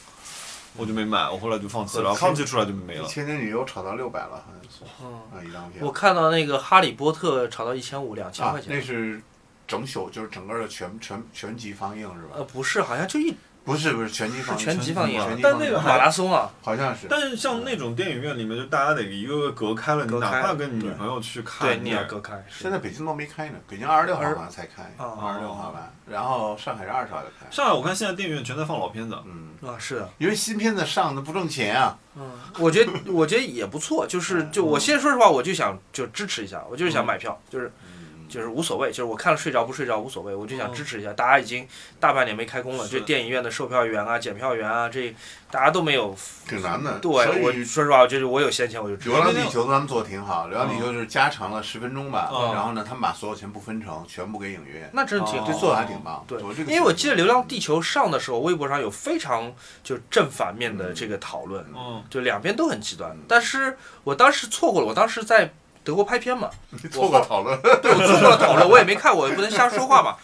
B: 我就没买，我后来就放
A: 呃
B: 弃了，然后放弃出来就没了。
C: 千年女优炒到六百了，好像是
A: 嗯，
C: 啊，一张票
A: 我。看到那个《哈利波特》炒到一千五、两千
C: 啊
A: 块，钱。
C: 那是整宿，就是整个的全全全集放映是
A: 呃，
C: 吧？
A: 不是，好像就一
C: 不是不是全集放映，
A: 全集放映啊
C: 全集
B: 但
C: 放
B: 那
C: 映
B: 个
A: 马拉松啊，
C: 好像是。
B: 但是像那种电影院里面，就大家得一个个隔开了，你
A: 隔
B: 哪
A: 开
B: 怕跟你女
A: 对
B: 朋友去看，
A: 对，你
B: 也
A: 要隔开。是
C: 现在北京都没开呢，北京二十六号好像才开，
A: 啊
C: 二十六号吧，然后上海是二十号就开。
B: 上海，我看现在电影院全在放老片子，
C: 嗯，
A: 啊，是的，
C: 因为新片子上的不挣钱啊，
A: 嗯，我觉得嗯我觉得也不错，就是就我先说实话，我就想就支持一下，我就是想买票，就是就是无所谓，就是我看了睡着不睡着无所谓，我就想
B: 嗯
A: 支持一下。大家已经大半年没开工了，
B: 是
A: 这电影院的售票员啊、检票员啊，这大家都没有。
C: 挺难的。
A: 对，
C: 所
A: 我
C: 以
A: 说实话，就是我有闲钱我哦就
C: 《
A: 支持
C: 流。浪地球》他们做的挺好，《流浪地球》就是加长了十分钟吧，
B: 嗯
C: 然后呢，他们把所有钱不分成，全部给影院，
A: 那真的挺
B: 哦
C: 这
A: 好。
C: 做的还挺棒。
A: 对
C: 我这个
A: 因为我记得《流浪地球》上的时候，微博上有非常就正反面的这个讨论，
B: 嗯，
A: 就两边都很极
C: 嗯
A: 端。但是我当时错过了，我当时在德国拍片嘛，
C: 你错过讨论，
A: 对我错过了讨论，我也没看，我也不能瞎说话嘛。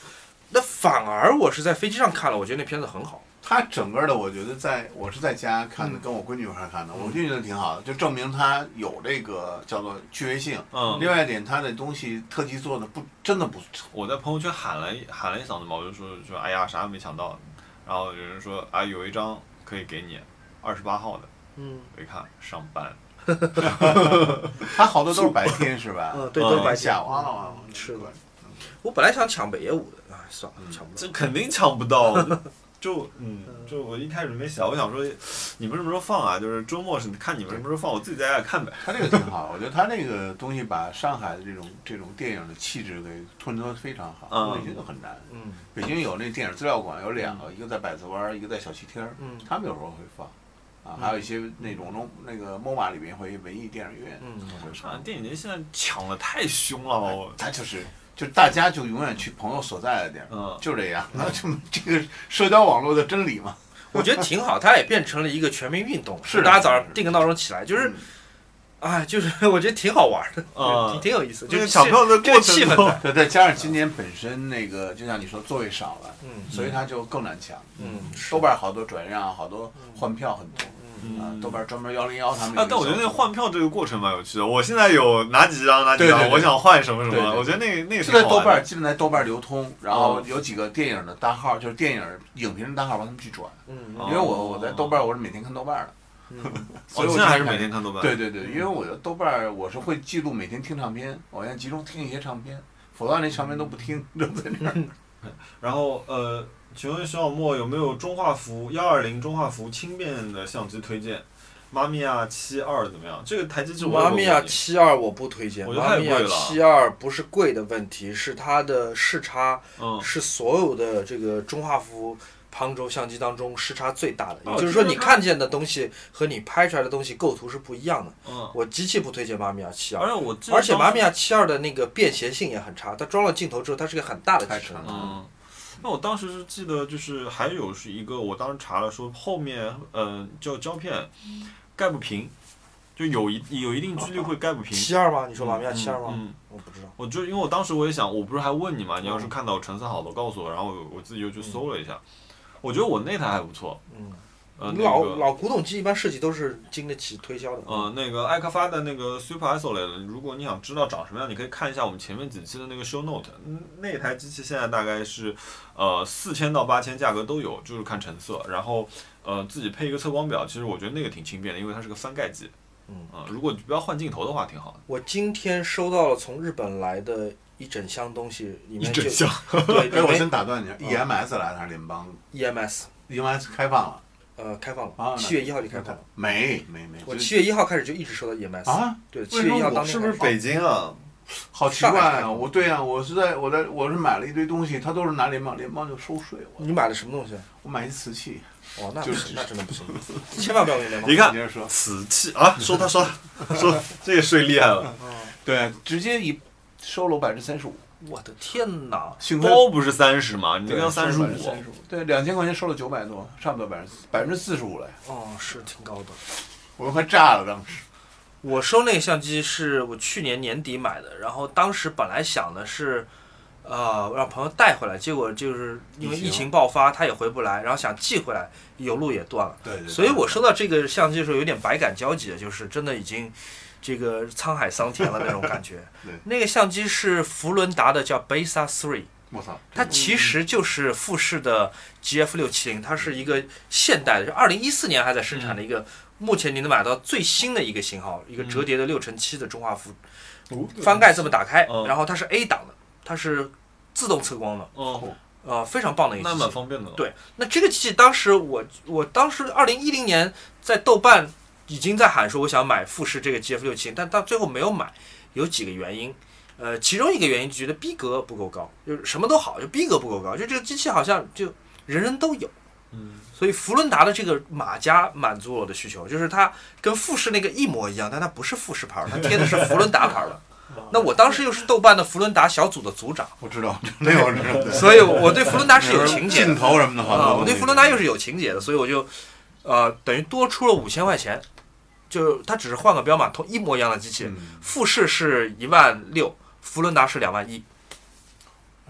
A: 那反而我是在飞机上看了，我觉得那片子很好。
C: 他整个的我觉得在我是在家看
A: 嗯
C: 的，跟我闺女一块儿看的，我就觉得挺好的，就证明他有这个叫做趣味性。
B: 嗯
C: 另外一点，他的东西特技做的不真的不错，
B: 我在朋友圈喊了一喊了一嗓子嘛，我就说说哎呀啥也没抢到，然后有人说啊有一张可以给你，二十八号的，
A: 嗯
B: 我一看上班，
C: 他好多都是白天是吧？
A: <laughs> 嗯，对，
B: 嗯
A: 都是白天嗯
C: 下午啊，
A: 是的
C: 的，
A: 我本来想抢北野武的，哎，算了，抢不到。
B: 这肯定抢不
C: <laughs>
B: 到。就嗯，就我一开始没想，我想说你们什么时候放啊？就是周末是看你们什么时候放，我自己在家看呗。
C: 他这个挺好，我觉得他这个东西把上海的这种这种电影的气质给衬托得非常好，
B: 嗯
C: 我觉得很难。
A: 嗯
C: 北京有那电影资料馆有两个，一个在百子湾，一个在小西天儿，
A: 嗯
C: 他们有时候会放。
B: 嗯
C: 啊，还有一些那种中那个 MOMA 里面会文艺电影院，
A: 嗯
C: 会
B: 上海
C: 放。
B: 啊电影节现在抢的太凶了吧？我
C: 他就是就是大家就永远去朋友所在的地儿，
B: 嗯
C: 就这样。 <laughs> 那就这个社交网络的真理嘛。
A: <laughs> 我觉得挺好，它也变成了一个全民运动，
C: 是的
A: 大家早上定个闹钟起来，就是
C: 嗯，
A: 哎，就是 <laughs> 我觉得挺好玩的，
B: 啊
A: 挺挺有意思，
B: 这
A: 就
B: 个
A: 是
B: 抢票的
A: 这个
B: 过
A: 气
B: 程
A: 氛
B: 中，
A: 在，
C: 对，再加上今年本身那个就像你说座位少了，
A: 嗯
C: 所以他就更难抢。
A: 嗯，
C: 豆瓣儿好多转让，好多换票很多。啊
B: 嗯，
C: 豆瓣儿专门幺零幺他们有一个小
B: 啊，
C: 组。
B: 但我觉得那个换票这个过程蛮有趣的。我现在有哪几张哪几
C: 对对
B: 张，
C: 对
B: 我想换什么什
C: 对对
B: 么，
C: 对
B: 我觉得那个那个
C: 就
B: 挺
C: 在
B: 好
C: 豆
B: 玩
C: 瓣儿，
B: 的。
C: 基本在豆瓣儿流通，然后
B: 嗯
C: 有几个电影的大号，就是电影影评人大号，帮他们去转。
A: 嗯
B: 哦
C: 因为我我在豆瓣儿，我是每天看豆瓣儿的， <laughs>
A: 嗯
C: 所
B: 我
C: 以我
B: 现在还是
C: 经常
B: 每天看豆瓣。
C: 对对对，因为我的豆瓣儿我是会记录每天听唱片，我现在集中听一些唱片，否则那唱片都不听，扔在那儿。
B: 然后呃，请问徐小莫有没有中画幅幺二零中画幅轻便的相机推荐？妈咪呀七二怎么样？这个台机制我有
A: 妈
B: 过
A: 咪呀
B: 你
A: 七二我不推荐，
B: 我觉得
A: 妈
B: 太
A: 咪
B: 贵
A: 呀
B: 了
A: 七二不是贵的问题，是它的视差
B: 嗯，
A: 是所有的这个中画幅旁轴相机当中视差最大的，
B: 哦
A: 也就是说
B: 就是
A: 你
B: 它
A: 看见的东西和你拍出来的东西构图是不一样的。
B: 嗯，
A: 我极其不推荐妈咪呀七二
B: 而。且我记得
A: 而且啊
B: 当时
A: 玛米亚七二的那个便携性也很差，它装了镜头之后，它是个很大的
C: 太
A: 机身
C: 沉。了
B: 嗯，那我当时是记得，就是还有是一个，我当时查了说后面，呃，叫胶片盖不平，就有一有一定几率会盖不平。
A: 七二哦吗？你说玛米亚七二吗？
B: 嗯，嗯
A: 我不知道。
B: 我就因为我当时我也想，我不是还问你嘛，你要
A: 嗯
B: 是看到成色好的告诉我，然后我我自己又去搜了一下，我觉得我那台还不错，
A: 嗯，
B: 呃，那
A: 老
B: 个。
A: 老古董机一般设计都是经得起推销的。
B: 嗯，那个艾克发的那个 Super Isolate，如果你想知道长什么样，你可以看一下我们前面几期的那个 Show Note。嗯那台机器现在大概是，呃，四千到八千，价格都有，就是看成色。然后，呃，自己配一个测光表，其实我觉得那个挺轻便的，因为它是个翻盖机。
A: 嗯
B: 呃如果不要换镜头的话，挺好的。
A: 我今天收到了从日本来的一整箱东西，里面就
B: 箱。 <laughs>
A: 对，
C: 哎，
A: 里
C: 我
A: 面
C: 先打断你，EMS 来的还是联邦
A: EMS
C: ？EMS 开放了
A: 呃开放了，
C: 啊？
A: 七月一号就开放了。
C: 没没没，
A: 我
C: 就
A: 七月一号开始就一直收到 EMS。
C: 啊，
A: 对，七
C: 为什
A: 月
C: 么
A: 一号
C: 我
A: 当天
B: 是不是
A: 开始
B: 北京啊？
C: 好奇怪啊！我对啊，我是在我在我是买了一堆东西，他都是拿联邦，联邦就收税我。
A: 你买的什么东西？啊
C: 我买一瓷器，
A: 哦，那
C: 就
A: 不
C: 是
A: 行，那真的不
C: <laughs>
A: 行，千万不要跟联邦。
B: 你看
C: 接着说，
B: 瓷器啊，说他说他说这个税厉害
A: <laughs>
B: 了，
C: 对，直接一收了百分之三十五，
A: 嗯我的天哪！
C: 幸亏
B: 包不是三十嘛，你那
C: 对
B: 个要三十五。
C: 35对，两千块钱收了九百多，差不多百分之百分之四十五了呀，
A: 哦，是挺高的。
C: 我都快炸了当时。
A: 我收那个相机是我去年年底买的，然后当时本来想的是，呃，让朋友带回来，结果就是因为
C: 疫情
A: 疫情爆发，他也回不来，然后想寄回来，邮路也断了，
C: 对对
A: 所以我收到这个相机的时候有点百感交集，就是真的已经这个沧海桑田了那种感觉
C: 对。
A: 那个相机是福伦达的，叫 Besa Three。
C: 我操，
A: 它其实就是富士的 GF 六七零，它是一个现代的，就二零一四年还在生产的一个，目前你能买到最新的一个型号，一个折叠的六乘七的中画幅，翻盖这么打开
B: 嗯，
A: 然后它是 A 档的，它是自动测光的，
B: 哦，
A: 呃，非常棒的一个
B: 那
A: 机
B: 蛮
A: 器。
B: 方便的。
A: 对那这个机器当时我我当时二零一零年在豆瓣已经在喊说我想买富士这个 GF 六七，但到最后没有买，有几个原因。呃，其中一个原因就觉得逼格不够高，就是什么都好，就逼格不够高，就这个机器好像就人人都有。
B: 嗯，
A: 所以福伦达的这个马甲满足了我的需求，就是它跟富士那个一模一样，但它不是富士牌儿，它贴的是福伦达牌儿的。那我当时又是豆瓣的福伦达小组的组长，
C: 我知道， <laughs> 那个我知道，
A: 所以我对福伦达是有情节的
C: <laughs> 镜。头什么的，嗯好
A: 啊，
C: 多。
A: 我对福伦达又是有情节的，所以我就，呃，等于多出了五千块钱，就它只是换个标码，同一模一样的机器，
C: 嗯，
A: 富士是一万六，福伦达是两万一，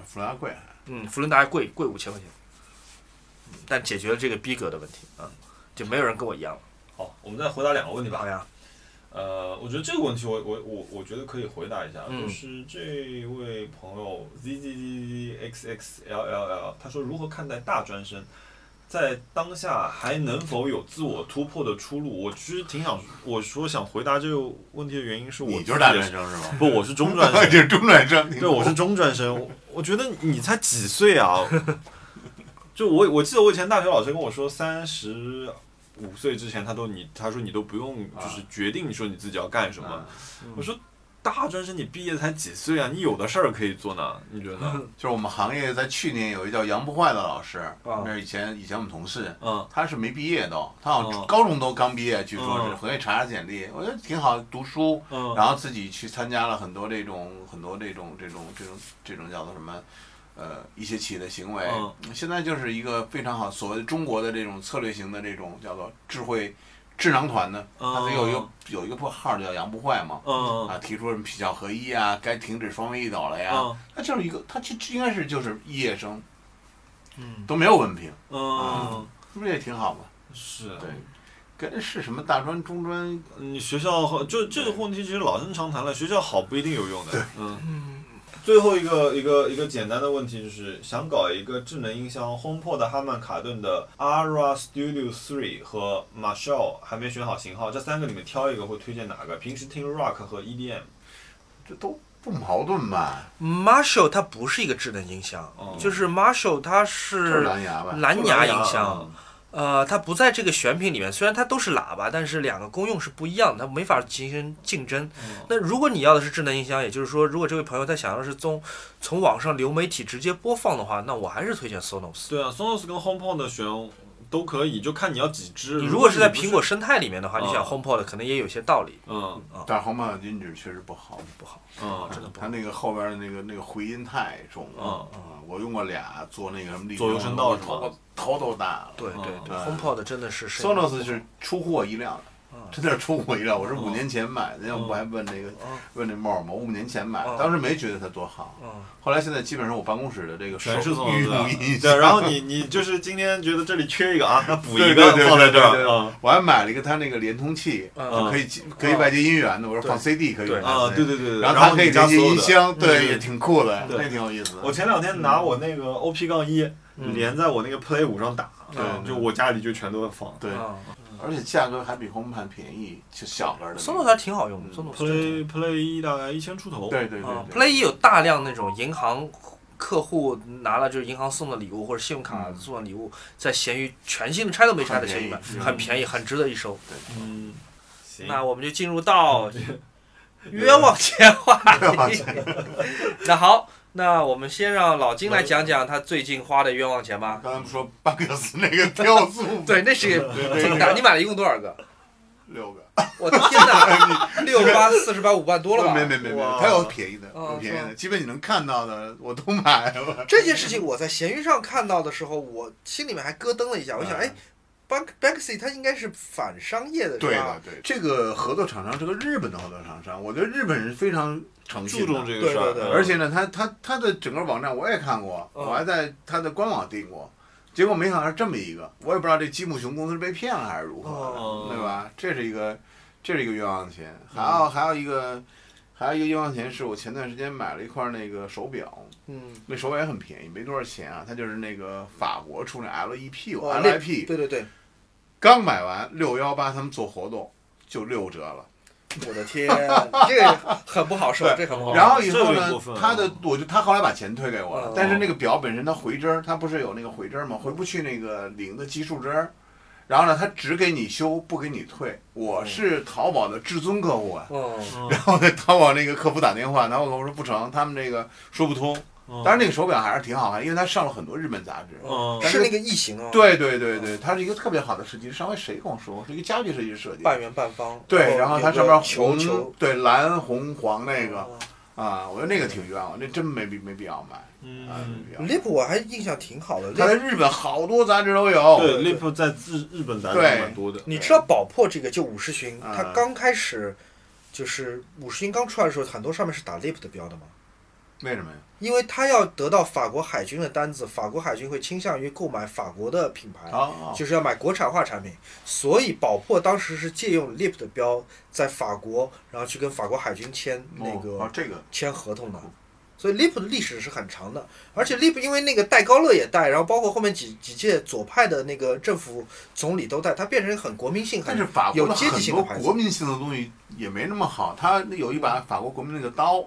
C: 弗拉贵，
A: 嗯，福伦达贵贵五千块钱，嗯但解决了这个逼格的问题啊，就没有人跟我一样了。
B: 好，我们再回答两个问题吧
A: 好。呀，
B: 呃，我觉得这个问题我，我我我觉得可以回答一下，
A: 嗯
B: 就是这位朋友 z z z x x l l l，他说如何看待大专生，在当下还能否有自我突破的出路？我其实挺想，我说想回答这个问题的原因是我
C: 你就是大
B: 自己
C: 专
B: 也是
C: 生是吗？
B: 不，我是中 <laughs>
C: <laughs>
B: 专生，
C: 就是中专生，
B: 对，我是中专生。我我觉得你才几岁啊？ <laughs> 就我我记得我以前大学老师跟我说，三十五岁之前，他都你他说你都不用就是决定说你自己要干什么。
C: 啊
B: 我说大专生你毕业才几岁啊？你有的事儿可以做呢，你
C: <laughs>
B: 觉得呢？
C: 就是我们行业在去年有一个叫杨不坏的老师，
A: 啊
C: 那是以前以前我们同事，
B: 嗯，
C: 他是没毕业都，他好
B: 哦
C: 像高中都刚毕业，据说是，
B: 嗯
C: 回去查查简历，我觉得挺好，读书，
B: 嗯
C: 然后自己去参加了很多这种很多这种这种这种这种叫做什么，呃，一些企业的行为
B: 嗯，
C: 现在就是一个非常好所谓中国的这种策略型的这种叫做智慧智囊团呢，它
B: 嗯
C: 得有一个有一个破号叫杨不坏嘛，
B: 嗯
C: 啊，提出什么皮校合一啊，该停止双微一导了呀，
B: 嗯
C: 他就是一个，他其实应该是就是毕业生
A: 嗯，
C: 都没有文凭，
B: 嗯，
C: 是不是也挺好嘛？
B: 是。
C: 啊对，跟是什么大专、中专，
B: 你学校好就这个问题，其实老生常谈了，学校好不一定有用的。
C: 对，
B: 嗯。最后一个一个一个简单的问题就是，想搞一个智能音箱，HomePod 的哈曼卡顿的 Ara Studio Three 和 Marshall 还没选好型号，这三个里面挑一个，会推荐哪个？平时听 Rock 和 E EDM。
C: 这都不矛盾吧？
A: Marshall 它不是一个智能音箱，
B: 哦
A: 就是 Marshall 它
C: 就是
A: 是
C: 蓝牙吧？
A: 蓝牙音箱。
C: 啊
B: 嗯，
A: 呃，它不在这个选品里面，虽然它都是喇叭，但是两个功用是不一样的，它没法进行竞争。
B: 嗯
A: 那如果你要的是智能音箱，也就是说，如果这位朋友他想要的是从从网上流媒体直接播放的话，那我还是推荐 Sonos。
B: 对啊，Sonos 跟 HomePod 的选都可以，就看你要几只。
A: 你如果是在
B: 不
A: 苹果，生态里面的话，你
B: 哦
A: 想 HomePod 可能也有些道理，
B: 嗯
C: 但是红帽音质确实不好，
A: 不好，
B: 嗯，
A: 真的不
C: 它
A: 好。
C: 那个后边的那个那个回音太重
B: 嗯
C: 了。啊，我用过俩做那个什么立
B: 左右
C: 体
B: 声
C: 声
B: 道
C: 我
B: 是吗
C: 头头都大了。
A: 对对对
C: 嗯
A: ，HomePod 真的是声音
C: ，Sonos 是出乎我意料的
A: 嗯，
C: 真的是出乎我意料。我是五
B: 嗯
C: 年前买的，要不
B: 嗯
C: 还问那个
A: 嗯
C: 问那帽儿嘛，我五年前买的
A: 嗯，
C: 当时没觉得它多好。
A: 嗯，
C: 后来现在基本上我办公室的这个
B: 全是
C: 手
B: 从
C: 御用音
B: 对，
C: 箱，
B: 然后你你就是今天觉得这里缺一个啊，那补一
C: 对
B: 个
C: 对对
B: 放在这
C: 对对
B: 儿
C: 对
B: 啊
C: <laughs> 我还买了一个它那个连通器，
A: 嗯
C: 就可以接可以外接音源的，我说放 CD 可以
A: 对
B: 啊，对对
C: 对。
B: 对对，
C: 然后
B: 后
C: 它可以
B: 你加所
C: 连接
B: 有
C: 音
B: 的。
C: 箱，对，
B: 嗯
C: 也挺酷的，
B: 对
C: 那挺有意思的。
B: 我前两天拿我那个 OP 杠一连在我那个 Play 五上打，啊
C: 对
B: 就我家里就全都放。
C: 对，
A: 嗯
C: 而且价格还比红盘便宜，就小个儿的。
A: ，Sonos 还挺好用的。
C: 嗯
A: Sonos 真的挺好
B: Play Play 一大概一千出头。
C: 对对对
A: 啊
C: <laughs> 对
A: ，Play 有大量那种银行客户拿了就是银行送的礼物或者信用卡送的礼物，在闲鱼全新的拆都没拆的闲鱼版，
C: 很便宜
A: 很便宜，很值得一收。
B: 嗯，行，
A: 那我们就进入到冤枉钱话题。那好，那我们先让老金来讲讲他最近花的冤枉钱吧。
C: 刚才不说巴克斯那个雕塑
A: <laughs> 对，那是
C: 对
A: 挺大。你买了一共多少个？
C: 六个，
A: 我的天
C: <laughs>
A: 哪，六八四十八五万多了吧？
C: 没没没没
B: 哇，
C: 它有便宜的，
A: 哦
C: 有便宜
A: 是
C: 的，基本你能看到的我都买了。
A: <laughs>
D: 这件事情我在闲鱼上看到的时候，我心里面还咯噔了一下，我想，
C: 嗯
D: 哎，Bank Banksy 它应该是反商业的，
C: 对
D: 是
C: 的
A: 啊
D: 吧？，
C: 对的，这个合作厂商是个日本的合作厂商，我觉得日本人非常诚信
B: 注
C: 的，
B: 重这个事儿，
D: 对对对
C: 而且呢，他他他的整个网站我也看过，
A: 嗯
C: 我还在他的官网订过，结果没想到是这么一个，我也不知道这积木熊公司是被骗了还是如何的，
B: 哦
C: 对吧？这是一个，这是一个冤枉钱，还
D: 嗯
C: 有、还有一个，还有一个冤枉钱是我前段时间买了一块那个手表，
D: 嗯，
C: 那手表也很便宜，没多少钱啊，它就是那个法国出那 E LEP
D: 哦
C: LIP，
D: 对对对，
C: 刚买完六幺八他们做活动就六折了。
D: 我的天，这个很不好受，这很不好受。
C: 然后以后
B: 哦这个
C: 呢
B: 过分哦了，
C: 他的我就他后来把钱退给我了
D: 嗯，
C: 但是那个表本身它回针儿，它不是有那个回针儿吗？回不去那个零的奇数针儿。然后呢，他只给你修，不给你退。
D: 哦
C: 我是淘宝的至尊客户啊，
E: 嗯，
C: 然后给淘宝那个客服打电话，然后我跟我说不成，他们这个说不
B: <laughs>
C: 通。
A: 哦
B: 嗯
C: 当然，那个手表还是挺好看，因为它上了很多日本杂志。
B: 嗯
A: 是那个异形啊，
C: 对对对对，它是一个特别好的设计师。上回谁跟我说？是一个家具设计师设计。
A: 半圆半方。
D: 哦
C: 对，然后它
A: 有
C: 上
A: 个
C: 面
A: 球
C: 红
A: 球
C: 对蓝红黄那个
D: 哦
A: 嗯
C: 啊，我觉得那个挺冤枉，那真没必没必要买啊，没
B: 嗯，
C: 必要。
A: Lip 我还印象挺好的。
C: 它在
A: Lip，
C: 日本好多杂志都有。
B: 对，Lip 在日日本杂志
C: 对
B: 蛮多的，
A: 你知道宝珀这个就五十勋，
C: 啊
A: 它刚开始就是五十勋刚出来的时候，很多上面是打 Lip 的标的嘛，
C: 为什么呀？
A: 因为它要得到法国海军的单子，法国海军会倾向于购买法国的品牌。
C: 哦，
A: 就是要买国产化产品，所以宝珀当时是借用 Lip 的标在法国，然后去跟法国海军签那个、
C: 哦，这个
A: 签合同的，所以 Lip 的历史是很长的。而且 Lip 因为那个戴高乐也戴，然后包括后面几几届左派的那个政府总理都戴，它变成很国民性
C: 但
A: 很
C: 是法国
A: 有
C: 的
A: 阶级
C: 很
A: 性
C: 多
A: 的牌
C: 国
A: 子。
C: 民性的东西也没那么好，它有一把法国国民那个刀，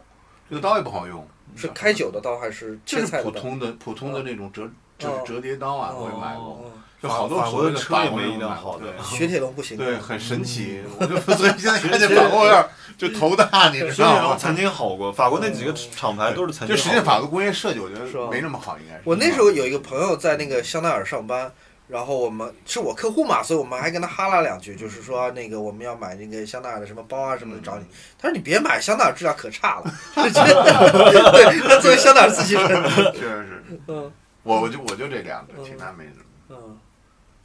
C: 这个刀也不好用，
A: 是开酒的刀还是
C: 就
A: 切
C: 是
A: 菜
C: 普
A: 的刀？
C: 通的普通的那种折折
A: 哦
C: 折叠刀啊，我也买过，
A: 嗯
C: 就好多
B: 法国的车也没一
C: 一
B: 辆好的
A: 雪铁龙不行。啊
C: 对，很
A: <laughs>
C: 神奇。我就所以现在看见法国有点儿就头大，你知
B: 所以
C: 道
B: <laughs>
C: 吗？
B: 曾经好过，法国那几个厂牌都是曾
C: 就
B: 经
C: 实际上
B: 好过。
C: 法国工业设计，我觉
A: 是吧
C: 得没那么好，应该是。
A: 我那时候有一个
C: <laughs>
A: 朋友在那个香奈儿上班，然后我们是我客户嘛，所以我们还跟他哈拉两句，就是说那个我们要买那个香奈儿的什么包啊什么的找
C: 嗯
A: 你。他说你别买，香奈儿质量可差了。 <laughs> 就是真的对，他作为香奈儿自己
C: <laughs>
A: 人，
C: 确实是，
A: 嗯
C: 我我就我就这两个，其他没什么。
A: 嗯，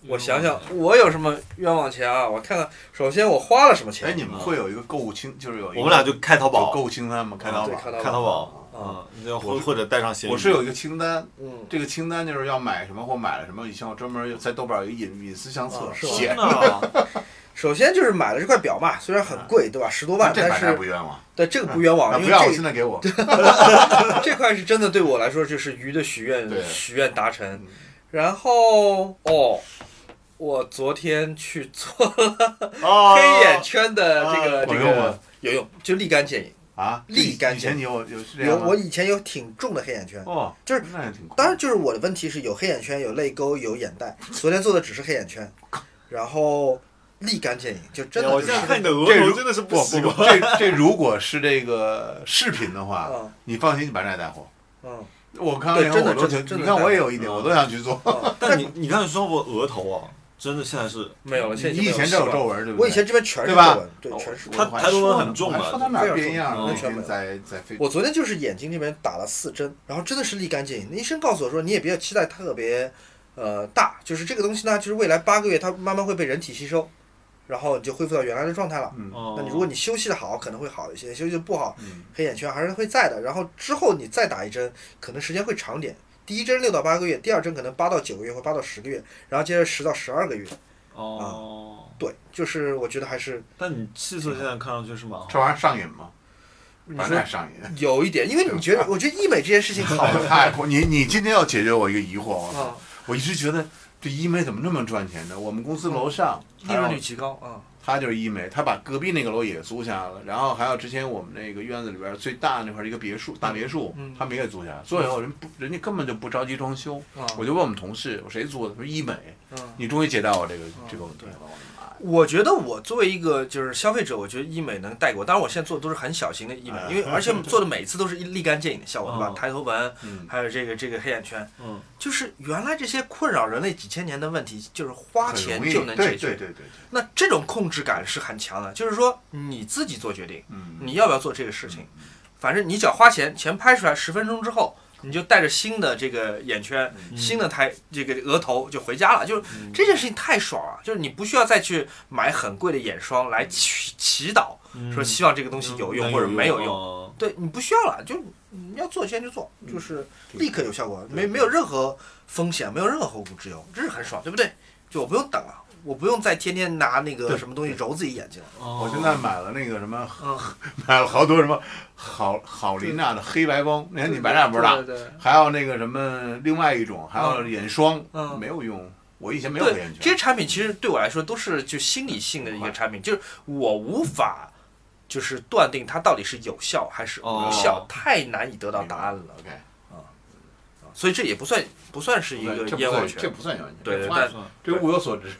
A: 我想想，我有什么冤枉钱啊？我看看，首先我花了什么钱？
C: 哎，你们会有一个购物清，就是有一个
B: 我们俩就开淘
C: 有
B: 宝
C: 购，物清单吗？啊开淘
A: 对
C: 宝。
A: 看
B: 开
A: 到
B: 淘
A: 了，
B: 宝，
A: 啊
B: 嗯，你要
C: 我
B: 或
C: 是
B: 或者带上闲鱼。
C: 我是有一个清单，
A: 嗯，
C: 这个清单就是要买什么或买了什么。以前我专门有在豆瓣有一隐隐私相册
A: 啊，是吧
C: 写
B: 天哪，
A: 首先就是买了这块表嘛，虽然很贵，对吧？十多万，
C: 这
A: 但
C: 买家
A: 是
C: 不冤枉，
A: 对这个不冤枉，
C: 啊
A: 因
C: 不
A: 为
C: 要，我
A: 这
C: 现在给我。
A: 这块是真的对我来说就是鱼的许愿
C: 对，
A: 许愿达成。
C: 嗯
A: 然后哦，我昨天去
C: <laughs>
A: 做
B: 哦
A: 黑眼圈的这个、
B: 啊
A: 这
C: 管用吗
A: 个有用，就立竿见影。
C: 啊，
A: 立竿
C: 以
A: 见
C: 前你有有是这
A: 有
C: 样吗
A: 我以前有挺重的黑眼圈，
C: 哦，
A: 就是
C: 那也挺酷。
A: 当然，就是我的问题是有黑眼圈、有泪沟、有眼袋。昨天做的只是黑眼圈，然后立竿见影，就
B: <laughs>
A: 真的
B: 哎我
A: 就
B: 现
A: 是
B: 在看你的额
C: 这
B: 头
C: 如
B: 真的是不
C: 不
B: 习
C: 不
A: 啊
B: 惯。
C: 不，这这如果是这个视频的话
A: 嗯，
C: 你放心，你把这带货。
A: 嗯，
C: 我看到
A: 对
C: 以后
A: 真的
C: 我都
A: 真
C: 挺，
A: 真
C: 你
A: 的
C: 看
A: 带货啊
C: 我也有一点，
B: 嗯
C: 我都想去做。
A: 嗯
B: 但你你刚才说我额头啊，真的现在是
A: 没有了。现在
C: 你
A: 已经
C: 以
A: 没
C: 前
A: 了
C: 这有
A: 是吧
C: 皱纹，对不对？
A: 我以前这边全是
C: 对吧
A: 皱纹，对，全是。
B: 他
C: 我还
B: 抬头纹
C: 说
B: 很
C: 呢
B: 重
C: 我还
B: 了
C: 说他哪儿
A: 非常
C: 变样
B: 重
C: 了？
B: 嗯
C: 那天在在飞
A: 我昨天就是眼睛这边打了四针，然后真的是立竿见影。那医生告诉我说，你也不要期待特别，呃，大，就是这个东西呢，就是未来八个月它慢慢会被人体吸收，然后你就恢复到原来的状态了。
C: 嗯
B: 哦
A: 那你如果你休息的好，可能会好一些；休息的不好，
C: 嗯，
A: 黑眼圈还是会在的。然后之后你再打一针，可能时间会长点。第一针六到八个月，第二针可能八到九个月或八到十个月，然后接着十到十二个月。
B: 哦，
A: 对，就是我觉得还是
B: 但你气色现在看上去是蛮好
C: 这。玩意儿上瘾吗？
A: 你
C: 反
A: 说
C: 正也上瘾。
A: 有一点，因为你觉得，我觉得医美这件事情
C: <laughs>
A: 好
C: 好太酷！你你今天要解决我一个疑惑，我操！
A: 啊，
C: 我一直觉得这医美怎么那么赚钱呢？我们公司楼上
A: 嗯
E: 利润率极高啊，
C: 他就是医美，他把隔壁那个楼也租下来了，然后还有之前我们那个院子里边最大那块儿一个别墅，大别墅，
E: 嗯
C: 他们也租下来。租了以后人不，人家根本就不着急装修。
E: 啊，
C: 我就问我们同事，我谁租的？他说医美。
E: 嗯，
C: 你终于解答我这个、这个问题了，我的妈呀！
E: 我觉得我作为一个就是消费者，我觉得医美能带给我，当然我现在做的都是很小型的医美，
C: 哎
E: 因为而且我们做的每一次都是立竿见影的效果，对吧？
B: 嗯
E: 抬头纹，
C: 嗯，
E: 还有这个这个黑眼圈，
B: 嗯，
E: 就是原来这些困扰人类几千年的问题，就是花
C: 很
E: 钱
C: 容易
E: 就能解
C: 对
E: 决。
C: 对对对对，
E: 那这种控制感是很强的，就是说你自己做决定，
C: 嗯，
E: 你要不要做这个事情，反正你只要花钱，钱拍出来十分钟之后，你就带着新的这个眼圈、
B: 嗯
E: 新的抬这个额头就回家了，就是
B: 嗯
E: 这件事情太爽了，就是你不需要再去买很贵的眼霜来祈祈祷，
B: 嗯
E: 说希望这个东西有用或者没有用。
B: 用。啊
E: 对你不需要了，就你要做先去做，就是立刻有效果，没
C: 嗯对
E: 没有任何风险，没有任何后顾之忧，这是很爽，对不对？就我不用等了，我不用再天天拿那个
C: 对
E: 什么东西揉自己眼睛了。
B: 哦
C: 我现在买了那个什么，
E: 嗯，
C: 买了好多什么好好琳娜的黑白光，哎你看你白俩不知道，
E: 对对
C: 还有那个什么另外一种，还有眼霜，
E: 嗯
C: 没有用。我以前没有黑
E: 对
C: 眼，
E: 这些
C: 圈，
E: 产品其实对我来说都是就心理性的一个产品，就是我无法就是断定它到底是有效还是无效
B: 哦，
E: 太难以得到答案了，啊
C: OK，
E: 所以这也不算不算是一个
C: 这不
E: 冤枉
C: 算
E: 权
C: 这。不算冤枉钱，
E: 对对
C: 这不
E: 但
C: 算这物有所值。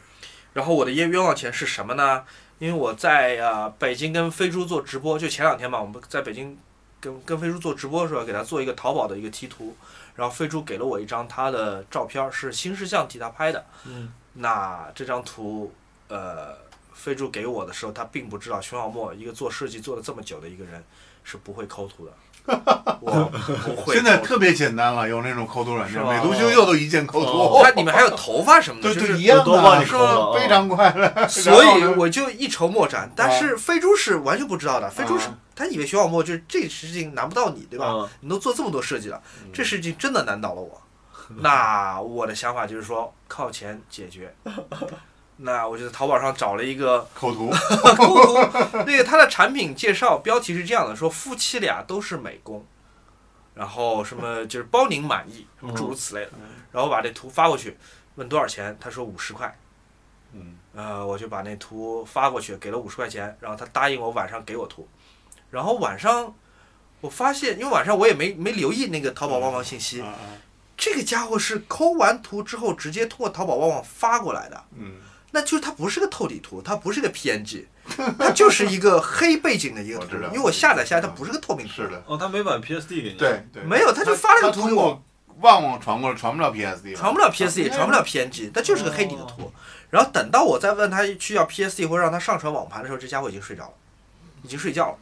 A: 然后我的业余冤枉钱是什么呢？因为我在呃北京跟飞猪做直播，就前两天嘛，我们在北京跟跟飞猪做直播的时候，给他做一个淘宝的一个贴图，然后飞猪给了我一张他的照片儿，是新视像替他拍的。
B: 嗯，
A: 那这张图，呃，飞猪给我的时候，他并不知道熊小莫一个做设计做了这么久的一个人是不会抠图的。我
C: <laughs>
A: 不会。
C: 现在特别简单了，有那种抠图软件，
A: 是吧
C: 美图秀秀都一键抠
B: 哦
C: 图，
A: 它里面还有头发什么的，
C: 对
A: 就
C: 对一
A: 是
C: 样
B: 都帮你
C: 的，
B: 抠了啊
C: 非常快了。
A: 所以我就一筹莫展。但是飞猪是完全不知道的，飞猪是
C: 啊
A: 他以为熊小莫就是这事情难不到你，对吧？
B: 嗯
A: 你都做这么多设计了，
C: 嗯
A: 这事情真的难倒了我。那我的想法就是说，靠钱解决。 <laughs> 那我就在淘宝上找了一个 <laughs>
C: 抠图，
A: 抠图，那个它的产品介绍标题是这样的：说夫妻俩都是美工，然后什么就是包您满意，什么诸如此类的。然后把这图发过去，问多少钱，他说五十块。
C: 嗯，
A: 呃，我就把那图发过去，给了五十块钱，然后他答应我晚上给我图，然后晚上我发现，因为晚上我也没没留意那个淘宝旺旺信息，
C: 啊啊
A: 这个家伙是抠完图之后直接通过淘宝旺旺发过来的，
C: 嗯，
A: 那就是它不是个透底图，它不是个 PNG，它就是一个黑背景的一个
C: 我
A: 图
C: 知，道
A: 因为我下载下来它不是个透明图，
C: 是的，
B: 哦，他没把 PSD 给你，，
C: 对对，
A: 嗯没有，他就发了个
C: 他
A: 图
C: 通
A: 给我，
C: 过旺旺传过来，传不了啊 PSD，吧
A: 传不了 PS，也传不了哦 PNG，它就是个黑底的图。然后等到我再问他去要 PS，或者让他上传网盘的时候，这家伙已经睡着了，已经睡觉了。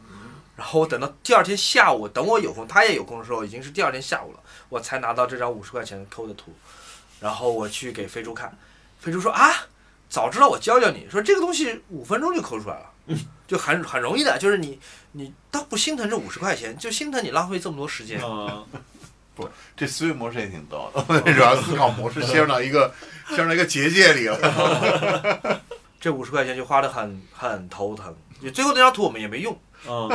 A: 然后我等到第二天下午，等我有空，他也有空的时候，已经是第二天下午了，我才拿到这张五十块钱抠的图，然后我去给飞猪看，飞猪说啊，早知道我教教你，说这个东西五分钟就抠出来了，就很很容易的，就是你你倒不心疼这五十块钱，就心疼你浪费这么多时间。
B: 嗯，
C: 这思维模式也挺逗的，主要思考模式陷入到一个陷入到一个结界里 <laughs> 了。
A: 这五十块钱就花得很很头疼。就最后那张图我们也没用，
B: 嗯，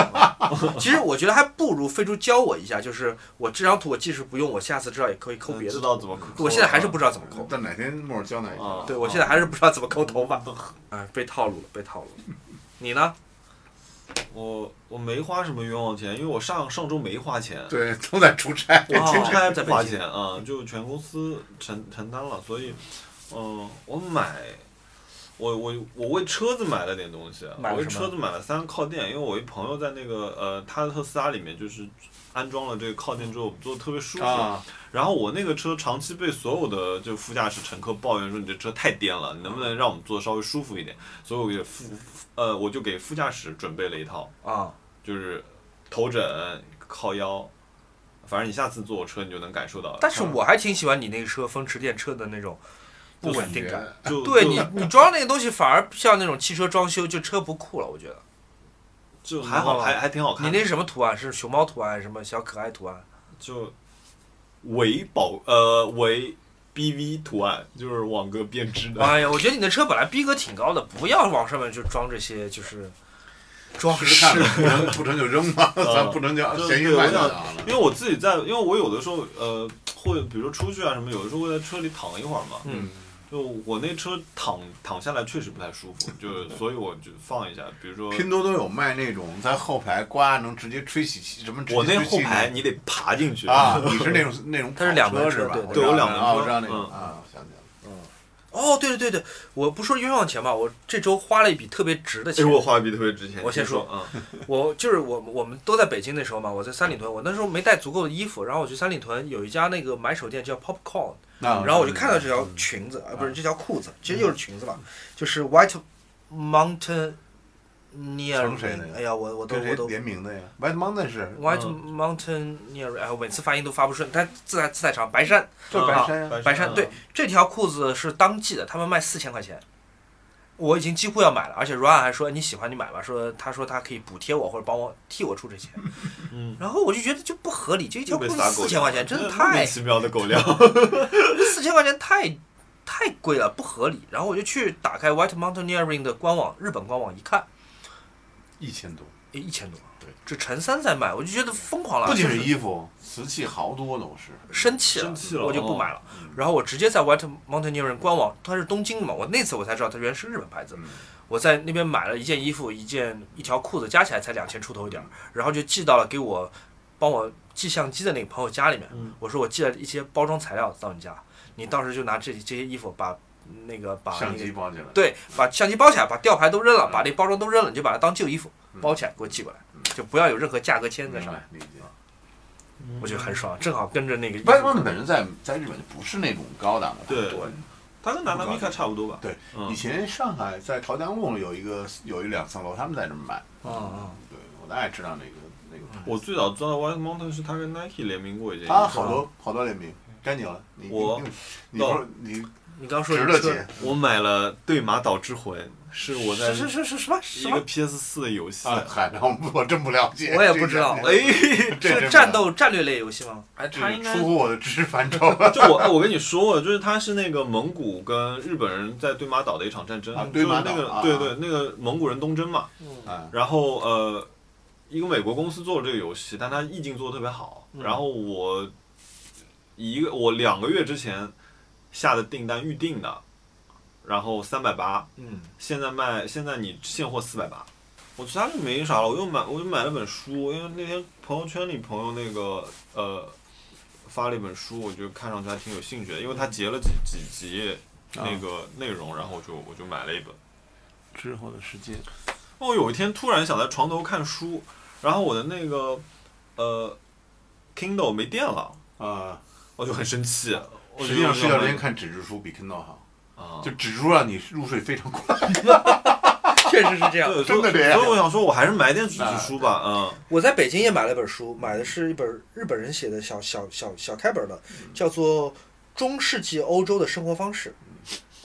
A: 其实我觉得还不如飞猪教我一下，就是我这张图我即使不用，我下次嗯知道也可以抠别的
B: 知
A: 图。
B: 道怎么抠，
A: 我现在还是不知道怎么抠，
C: 但哪天木耳教哪一
B: 啊
C: 个？
A: 对我现在还是不知道怎么抠头发。哎，被套路了，被套路了。你呢？
B: 我我没花什么冤枉钱，因为我上上周没花钱，
C: 对，都在出差。
B: 我出差
A: 在
B: 不
A: 北
B: 花
A: 京
B: 钱啊，就全公司承承担了，所以，嗯、我买，我我我为车子买了点东西，啊
A: 买了
B: 我为
A: 什么
B: 车子买了三个靠垫，因为我一朋友在那个呃他的特斯拉里面就是安装了这个靠垫之后，坐的特别舒服。
C: 啊，
B: 然后我那个车长期被所有的就副驾驶乘客抱怨说你这车太颠了，你能不能让我们坐稍微舒服一点？所以我给副呃我就给副驾驶准备了一套，
A: 啊，
B: 就是头枕、靠腰，反正你下次坐我车你就能感受到了。
A: 但是我还挺喜欢你那个车风驰电掣的那种不稳定感。
B: 就
A: 对
B: 就
A: 你，你装那个东西反而像那种汽车装修，就车不酷了，我觉得。
B: 就还好，
A: 哦
B: 还还挺好看
A: 你
B: 的。
A: 那是什么图案？是熊猫图啊案还是什么小可爱图啊案？
B: 就伪保呃伪 BV 图案，就是网格编织的。
A: 哎呀，我觉得你的车本来逼格挺高的，不要往上面就装这些，
C: <laughs>
A: 就是装
C: 试试
A: 饰
C: 看。吧，不成不成就扔吧，咱不成就
B: 对
C: 闲鱼
B: 啊
C: 啊
B: 对我
C: 买就
B: 想
C: 完了
B: 因。为我自己在，因为我有的时候呃会，比如说出去啊什么，有的时候会在车里躺一会儿嘛。
A: 嗯，
B: 就我那车躺躺下来确实不太
A: <laughs>
B: 舒服，就所以我就放一下，比如说。
C: 拼多多有卖那种在后排刮能直接吹起气，什么直接
B: 我那
C: 吹气
B: 后
C: 那
B: 排你得爬进去
C: 啊，你是那种那种
A: 它是两
C: 跑
A: 门
C: 车
A: 车
C: 是吧
A: 对？
C: 我
B: 对
C: 知道
B: 我两门
C: 啊，
B: 车
C: 我知道那种
B: 嗯
C: 啊，我想起来了，
A: 哦，对对对对，我不说冤枉钱嘛，我这周花了一笔特别值的
B: <laughs> 这
A: 钱。
B: 是
C: 哎
B: 我画笔特别值钱。
A: 我先
B: 说
A: 说，
B: 嗯，
A: 我就是我，我们都在北京那时候嘛，我在三里屯，我那时候没带足够的衣服，然后我去三里屯有一家那个买手店叫 Popcorn，
C: 那
A: 然后我就看到这条裙子，啊，不是这条裤子，
C: 嗯
A: 其实就是裙子吧，就是 White Mountain Near，
C: 从谁那个
A: 哎呀，我我都
C: 跟
A: 我
C: 谁
A: 都
C: 联名的呀？White Mountain 是
A: White
B: 嗯
A: Mountain Near，哎，我每次发音都发不顺，但字太字太长，白山。
C: 就是白
A: 啊
C: 山呀，
A: <laughs> 白山对，这条裤子是当季的，他们卖四千块钱，我已经几乎要买了，而且 Ryan 还说你喜欢你买吧，说他说他可以补贴我或者帮我替我出这
B: <laughs>
A: 钱，
B: 嗯，
A: 然后我就觉得就不合理，就一条
B: 又
A: 裤
B: 被
A: 子
B: 撒狗
A: 四千
B: 粮
A: 块钱，真
B: <laughs>
A: 的
B: 莫
A: 太
B: 名其妙的狗粮。
A: 四千块钱太太贵了，不合理。然后我就去打开 White Mountaineering 的官网，日本官网一看，
C: 一千多，
A: 诶一千多，
C: 对，
A: 这乘三在卖，我就觉得疯狂了，
C: 不仅
A: 啊就是
C: 衣服，瓷器好多都是。
A: 生气了，
B: 生气了哦嗯
A: 我就不买了。然后我直接在 White Mountaineering 官网，它是东京的嘛，我那次我才知道它原来是日本牌子。
C: 嗯
A: 我在那边买了一件衣服、一件一条裤子，加起来才两千出头一点儿，然后就寄到了给我帮我寄相机的那个朋友家里面。
B: 嗯
A: 我说我寄了一些包装材料到你家，你到时候就拿这这些衣服把那个把那
C: 相
A: 个
C: 机包进来，
A: 对，把相机包起来，把吊牌都扔
B: 嗯
A: 了，把那包装都扔了，你就把它当旧衣服包起来给我寄过来，就不要有任何价格签在
C: 明
A: 上面，
C: 白理
B: 啊
C: 解。
A: <laughs>
B: 嗯
A: 我觉得很爽，正好跟着那个衣服
C: 巴克曼本身在在日本就不是那种高档的
B: 对
C: 多
B: 它跟南南米卡差不多吧？
C: 对，
B: 嗯
C: 以，前上海在桃江路有一个有一两层楼，他们在这儿卖。
A: 嗯嗯
C: 对，我大概知道那个那个牌子。
B: 我最早知道 White Mountain 是它跟 Nike 联名过一件衣
C: 他
B: 服。
C: 好多好多联名，该你了。你
B: 嗯我
C: 你你不是你
A: 你刚说
C: 值
A: 的
C: 了
A: 车
C: 姐，
B: 我买了《对马岛之魂》，是我在
A: 是是是是什么
B: 一
A: 什
B: 个
A: 么？
B: PS 四的游戏。
C: 啊，海南我我真不了解，
A: 我也不知道
C: 这个
B: <laughs>
A: 我
B: 哎，
C: 这真不
A: 是
C: 了
A: 战斗战略类游戏吗？
B: 哎，
C: 这
B: 它应
C: 个
A: <laughs>
B: 该
C: 出乎我的知识范 <laughs> 畴啊！
B: 就我我跟你说过，就是它是那个蒙古跟日本人在对马岛的一场战争，
C: 啊
B: 就是那
C: 对马
B: 个、
C: 岛啊
B: 对对那个蒙古人东征嘛。
A: 嗯
B: 然后呃，一个美国公司做了这个游戏，但它意境做的特别好。然后我一个我两个月之前下的订单预定的，然后三百八，
A: 嗯，
B: 现在卖现在你现货四百八。我其他就没啥了，我又买我就买了本书，因为那天朋友圈里朋友那个呃发了一本书，我觉得看上去还挺有兴趣的，因为它截了几几几页那个内容，然后我就我就买了一本。
C: 之后的世界，
B: 我有一天突然想在床头看书，然后我的那个呃 Kindle 没电了，
C: 啊，
B: 我就很生气。我
C: 实际啊上睡觉之前
B: 人
C: 看纸质书比 Kindle 好，
B: 啊，
C: 就纸质书让你入睡非常快。
A: <laughs> 确实是这样。
B: 对，
C: 真
B: 所
C: 的
B: 以
C: 这样
B: 所以我想说，我还是买点纸
C: 啊
B: 质书吧，嗯。
D: 我在北京也买了本书，买的是一本日本人写的小小小小开本的，叫做《中世纪欧洲的生活方式》。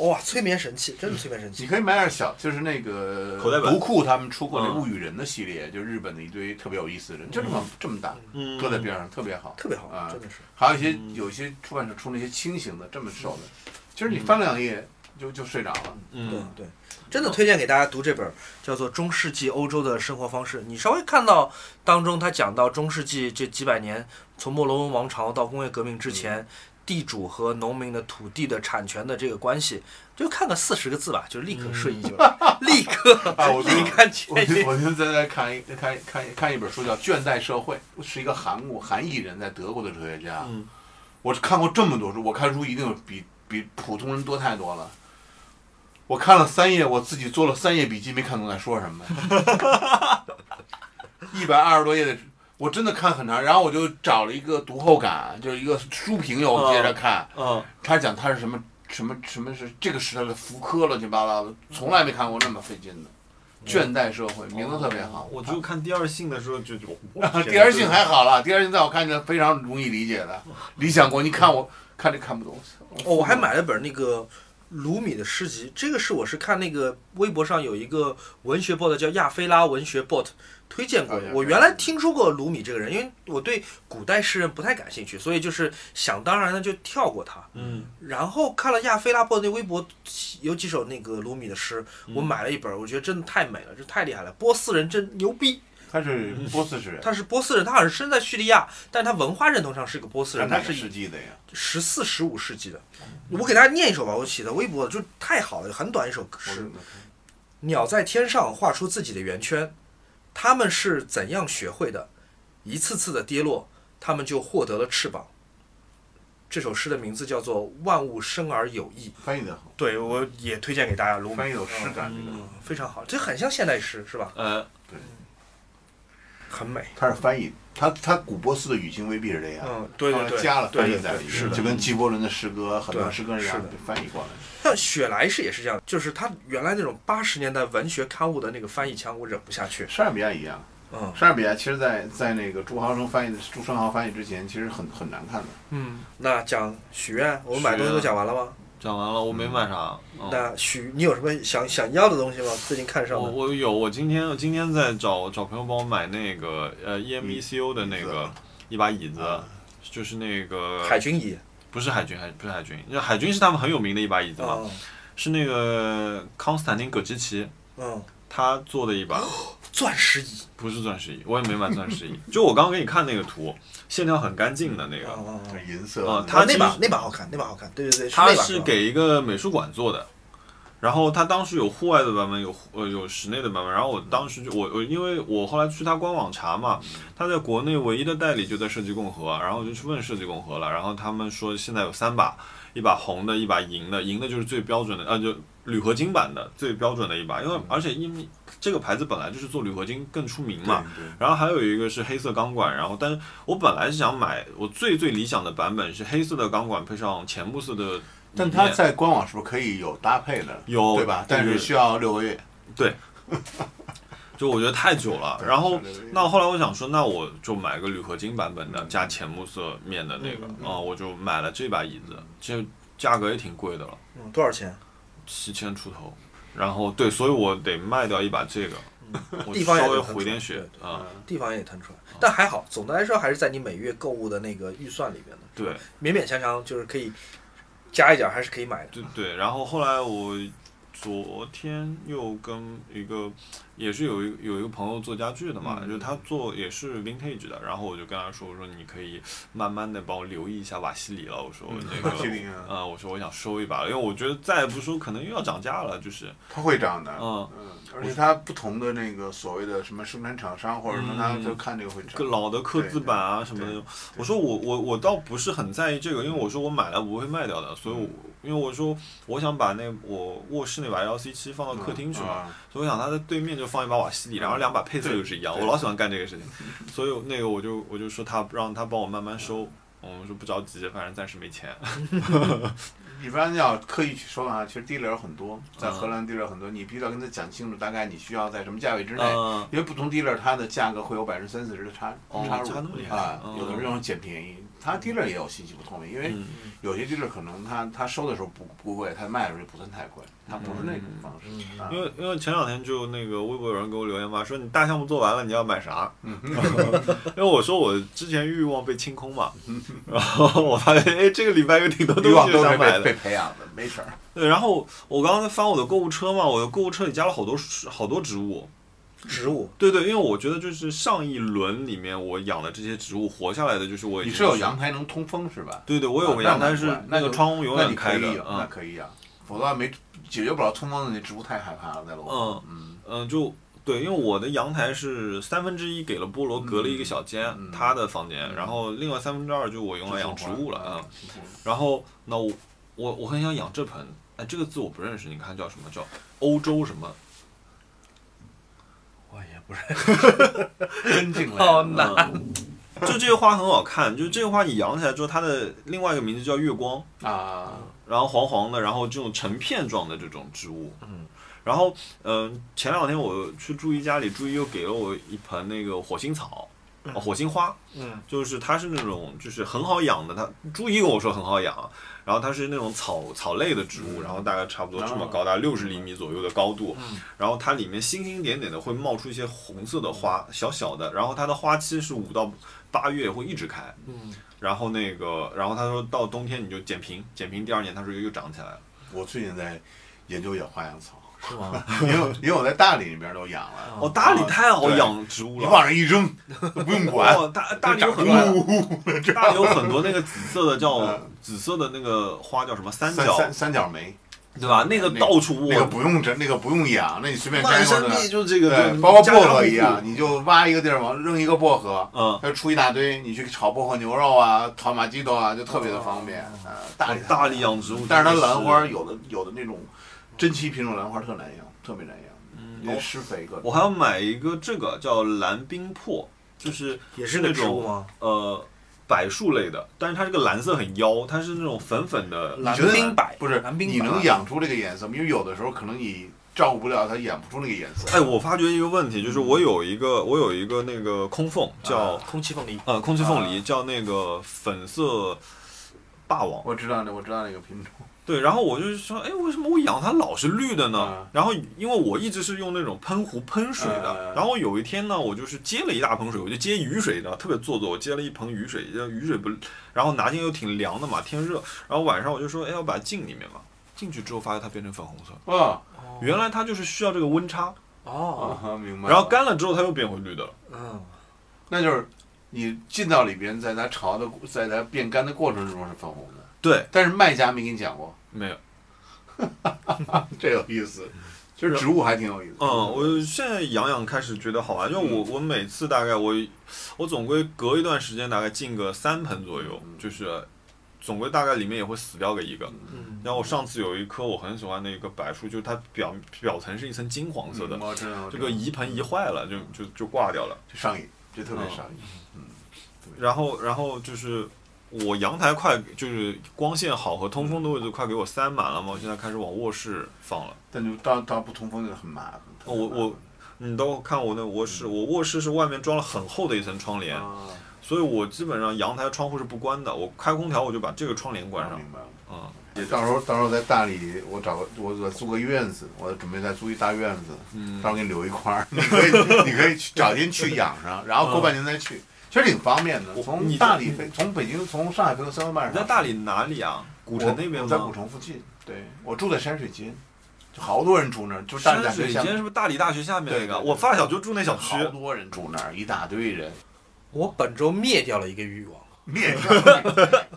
D: 哇，催眠神器，真的催眠神
C: 你
D: 器。
C: 可以买点小，就是那个
B: 口袋本
C: 读库他们出过那
B: 嗯
C: 物语人的系列，就日本的一堆特别有意思的人，就这么这么大，
B: 嗯
C: 搁在边上特别好。
D: 特别好
C: 啊，
D: 真的是。
C: 还有一些有一些出版社出那些轻型的，这么瘦的，其实你翻两页就就睡着了。
D: 对
B: 嗯，
D: 对，真
B: 真
D: 的
B: 的
D: 推荐给大家读这本。
A: 叫做《中世纪欧洲的生活方式》。你稍微看到当中，他讲到中世纪这几百年，从莫罗文王朝到工业革命之前，地主和农民的土地的产权的这个关系，就看个四十个字吧，就立刻睡意就来，立刻
B: 嗯
C: 啊，我
A: 立刻
C: 我
A: 确定。
C: 我现在在看一看看看一本书叫《倦怠社会》，是一个韩国韩裔人在德国的哲学家。
B: 嗯
C: 我看过这么多书，我看书一定有比比普通人多太多了。我看了三页，我自己做了三页笔记，没看懂在说什么。一百二十多页的，我真的看很长，然后我就找了一个读后感，就是一个书评友，我接着看。
B: 嗯，
C: 他讲他是什么什么什么是这个时代的福柯乱七八糟的，从来没看过那么费劲的。倦怠社会名字特别好，
B: 我就看第二性的时候就就
C: 啊 <laughs> 第二性还好了，第二性在我看着非常容易理解的。理想国，你看我看这看不懂，
A: 哦，我还买了本那个。鲁米的诗集，这个是我是看那个微博上有一个文学 bot 叫亚非拉文学 bot 推荐过
C: 哦亚
A: 的。
C: 非拉
A: 我原来听说过鲁米这个人，因为我对古代诗人不太感兴趣，所以就是想当然的就跳过他。
B: 嗯
A: 然后看了亚非拉波的那微博，有几首那个鲁米的诗，
C: 嗯
A: 我买了一本，我觉得真的太美了，这太厉害了，波斯人真牛逼。
C: 他是波斯诗人，
A: 他是波斯人，他好像是生在叙利亚，但他文化认同上是个波斯人，他
C: 哪
A: 是
C: 个
A: 以
C: 世纪的呀？
A: 十四、十五世纪的。我给大家念一首吧，我写在微博的，就太好了，很短一首诗。鸟在天上画出自己的圆圈，他们是怎样学会的？一次次的跌落，他们就获得了翅膀。这首诗的名字叫做《万物生而有益》。
C: 翻译的好，
A: 对，我也推荐给大家鲁
C: 翻
A: 米，
C: 译有诗感，啊这个
B: 嗯，
A: 非常好，这很像现代诗是吧？
B: 呃，
A: 很美。
C: 他是翻译，他他古波斯的语境未必是这样，
A: 嗯，对对
C: 后来
A: 对，
C: 加了翻
A: 对
C: 译
A: 对
C: 在
A: 对
C: 里，面，
A: 是的
C: 就。跟纪伯伦的诗歌很多
A: 对
C: 诗歌一样
A: 是的
C: 被翻译过来。
A: 像雪莱是也是这样，就是他原来那种八十年代文学刊物的那个翻译腔，我忍不下去。
C: 莎士比亚一样，
A: 嗯
C: 莎士比亚其实在，在那个朱豪生翻译的朱生豪翻译之前，其实很很难看的。
A: 嗯，那讲许愿，我们买东西都讲完了吗？
B: 讲完了，我没买啥。嗯
A: 那许你有什么想想要的东西吗？最近看上
B: 我
A: 的
B: 我有，我今天我今天在找找朋友帮我买那个呃 EMECO 的那
C: 椅
B: 个
C: 子啊
B: 一把椅子，就是那个
A: 海军椅
B: 不是海军，还不是海军，因为海军是他们很有名的一把椅子
D: 啊
B: 嘛，
A: 嗯
B: 是那个康斯坦丁·葛基奇
A: 嗯，
B: 他做的一把，
A: 钻石椅
B: 不是钻石椅，我也没买钻石椅，就我刚刚给你看那个图，线条很干净的
D: 啊
B: 那个，
A: 嗯嗯，
C: 银色
B: 哦
C: 的，
B: 它
D: 哦那
B: 其
D: 把
B: 实
D: 那把好看，那把好看，对对对，
B: 他
D: 那把
B: 是
D: 吧
B: 给一个美术馆做的，然后他当时有户外的版本，有户呃有室内的版本。然后我当时就我我因为我后来去他官网查嘛，他在啊国内唯一的代理就在设计共和，然后我就去问设计共和了，然后他们说现在有三把，一把红的，一把银的，银的就是最标准的，呃，就铝合金版的最标准的一把，因为而且因为这个牌子本来就是做铝合金更出名嘛。
C: 对
B: 然后还有一个是黑色钢管，然后但是我本来是想买我最最理想的版本是黑色的钢管配上浅木色的理
C: 但
B: 念，
C: 它在官网是不是可以有搭配的？
B: 有
C: 对吧？但
B: 就是
C: 需要六个月。
B: 就我觉得太久了。
C: 对
B: 然后
C: 是的
B: 那后来我想说，那我就买个铝合金版本的加浅木色面的那个
D: 嗯，嗯
B: 啊，我就买了这把椅子，其实价格也挺贵的了，
D: 嗯，多少钱？
B: 七千出头。然后对，所以我得卖掉一把这个，
C: 嗯
B: 我
D: 地方也
B: 稍微
D: 得腾出
B: 回点
D: 来
B: 血啊，
D: 地方也腾出来，
B: 嗯
D: 但还好，总的来说还是在你每月购物的那个预算里面的，
B: 对。
D: 勉勉强强就是可以加一点，还是可以买的。
B: 对对，然后后来我昨天又跟一个也是有一有一个朋友做家具的嘛，
C: 嗯
B: 就是他做也是 vintage 的，然后我就跟他说，我说你可以慢慢的帮我留意一下瓦西里了，我说那个
C: 瓦西里啊，
B: 呃，我说我想收一把了，因为我觉得再不收可能又要涨价了，就是
C: 它会涨的。
B: 嗯，
C: 嗯，而且它不同的那个所谓的什么生产厂商或者什么，
B: 嗯
C: 它就看这个会嗯涨
B: 个。老的刻字版啊什么的
C: 对，
B: 我说我我我倒不是很在意这个，因为我说我买了不会卖掉的，所以我
C: 嗯
B: 因为我说我想把那我卧室那把 LC 七放到客厅去嘛，
C: 啊，
B: 所以我想他在对面就放一把瓦西里，然后两把配色又是一样，
C: 嗯对
B: 我老喜欢干这个事情，所以那个我就我就说他让他帮我慢慢收，我说不着急，反正暂时没钱。
C: 一般要刻意去收的话，其实地雷有很多，在
B: 嗯
C: 荷兰地雷有很多，你必须要跟他讲清楚，大概你需要在什么价位
B: <laughs>
C: 之内。
B: 嗯，
C: 因为不同地 e 它的价格会有百分之三四十的差
B: 哦
C: 差入
B: 差那么厉害
C: 啊
B: 嗯，
C: 有
D: 哦
C: 的人捡便宜，它地 e 也有信息不透明，因为
B: 嗯
C: 有些地 e 可能它它收的时候不不贵，它卖的时候就不算太贵，它不是那种方式。
D: 嗯
C: 啊
B: 因为因为前两天就那个微博有人给我留言嘛，说你大项目做完了，你要买啥？
C: 嗯
B: <laughs> 因为我说我之前欲望被清空嘛， <laughs> 然后我发现哎，这个礼拜有挺多
C: 嗯欲
B: 东
C: 望
B: 西
C: 都是
B: 想买
C: 被
B: 的
C: 被。培养的，没事儿。
B: 对，然后我刚刚在翻我的购物车嘛，我的购物车里加了好多好多植物，
D: 植物，
B: 对对，因为我觉得就是上一轮里面我养的这些植物活下来的，就是我已
C: 你
B: 经
C: 是有阳台能通风是吧？
B: 对对，我
C: 啊
B: 有
C: 那
B: 阳台
C: 难
B: 是
C: 怪那
B: 那个
C: 就
B: 窗户永
C: 那
B: 远
C: 你
B: 开
C: 可以
B: 的，
C: 养，那
B: 嗯
C: 可以养，否则没解决不了通风的那植物太害怕了，在楼上。嗯
B: 嗯，就对，因为我的阳台是三分之一给了菠萝，隔了一个小间
C: 嗯，
B: 他的房间，然后另外三分之二就我用来养植物了啊。嗯。然后那我我我很想养这盆，哎，这个字我不认识，你看叫什么？叫欧洲什么？
D: 我也不是
C: 跟进来。
A: 好难
B: 就这个花很好看，就这个花你养起来之后，它的另外一个名字叫月光。
C: 啊！
B: 然后黄黄的，然后这种成片状的这种植物。嗯。然后，嗯、前两天我去朱一家里，朱一又给了我一盆那个火星草，哦，火星花。
D: 嗯。
B: 就是它是那种就是很好养的，它朱一跟我说很好养，然后它是那种草草类的植物，然后大概差不多这么高，大概六十厘米左右的高度。然后它里面星星点点的会冒出一些红色的花，小小的，然后它的花期是五到八月会一直开。
D: 嗯，
B: 然后那个，然后他说到冬天你就剪平，剪平第二年他说又长起来了。
C: 我最近在研究养花养草，
D: 是吗？
C: <laughs> 因为因为我在大理那边都养了，
B: 哦，大理太好
C: 对
B: 养植物
C: <laughs> 你
B: 了。
C: 往上一扔， <laughs> 不用管。
B: 哦，大大理有
C: 长
B: 很
C: 出来了
B: 多，大理有很多那个紫色的叫
C: 嗯
B: 紫色的那个花叫什么三
C: 三
B: 角，
C: 三三角梅，
B: 对吧？那个
C: 那个
B: 到处
C: 那个
B: 我
C: 不用整，那个不用养，那你随便摘
B: 漫
C: 一块
B: 山
C: 儿
B: 遍
C: 的。
B: 就这个，
C: 对，
B: 就
C: 包括
B: 家
C: 薄
B: 家户
C: 荷
B: 户
C: 一样，，你就挖一个地儿往扔一个薄荷，
B: 嗯，
C: 它就出一大堆，你去炒薄荷牛肉啊，炒马鸡豆啊，就特别的方便。啊，大理
B: 哦大理养植物
C: 但是它
B: 真的是
C: 兰花有的有的那种珍稀品种兰花特难养，特别难养，
B: 嗯
C: 你
B: 哦
C: 得施肥各种。
B: 我还要买一个这个叫蓝冰珀，就是
D: <laughs> 也是
B: 那
D: 个植物
B: 种
D: 吗？
B: 呃柏树类的，但是它这个蓝色很妖，它是那种粉粉的
D: 蓝
C: 你觉得
D: 冰柏
C: 不是
D: 蓝冰柏
C: 你能养出这个颜色吗？因为有的时候可能你照顾不了，它养不出那个颜色。
B: 哎，我发觉一个问题，就是我有一个我有一个那个空缝
C: 啊
B: 叫、
D: 空气凤梨。
B: 呃空气凤梨，叫那个粉色霸王。
C: 我知道那我知道那个品种，
B: 对，然后我就是说，哎，为什么我养它老是绿的呢
C: 嗯？
B: 然后因为我一直是用那种喷壶喷水的，
C: 嗯
B: 然后有一天呢，我就是接了一大盆水，我就接雨水的，特别做作，我接了一盆雨水，这雨水不，然后拿进又挺凉的嘛，天热，然后晚上我就说，哎，要把它浸里面嘛，进去之后发现它变成粉红色，
C: 哦，
B: 原来它就是需要这个温差，
D: 哦，
C: 啊明白了。
B: 然后干了之后它又变回绿的了。
D: 嗯，
C: 那就是你进到里边，在它潮的，在它变干的过程中是粉红的，
B: 对，
C: 但是卖家没给你讲 <laughs> 过，
B: 没有。
C: 这有意思。其实植物还挺有意思。
B: 嗯，我现在养养开始觉得好玩，因为我我每次大概我我总归隔一段时间大概进个三盆左右，就是总归大概里面也会死掉个一个。
A: 嗯，
B: 然后我上次有一棵我很喜欢的一个柏树，就是它表表层是一层金黄色的，
C: 我知道
B: 这个移盆移坏了，就就就挂掉了。
C: 就上瘾，这特别上瘾。
B: 然后然后就是我阳台快就是光线好和通风的位置快给我塞满了嘛，我现在开始往卧室放了。
C: 但就到到不通风就很麻烦。
B: 哦我我你都看我那卧室，我卧室是外面装了很厚的一层窗帘，
C: 啊，
B: 所以我基本上阳台窗户是不关的，我开空调我就把这个窗帘关上。
C: 明白了。
B: 嗯，
C: 也到时候到时候在大理，我找个我我租个院子，我准备再租一大院子，
B: 嗯
C: 到时候给你留一块儿，你可以你可以去找天去养上，然后过半年再去，其实挺方便的。
B: 我
C: 从
B: 你
C: 大理飞，从北京从上海飞到三环半
B: 你在
C: 上，
B: 大理哪里啊？古城那边吗？
C: 我在古城附近，对我住在山水间，就好多人住那儿，就大
B: 山
C: 理
B: 水
C: 下
B: 间是不是大理大学下面那
C: 对对
B: 个？
C: 对
B: 我发小就住那小区。
C: 好多人住那儿，一大
B: <laughs>
C: 堆人，
A: 我本周灭掉了一个欲望。
C: <laughs> 面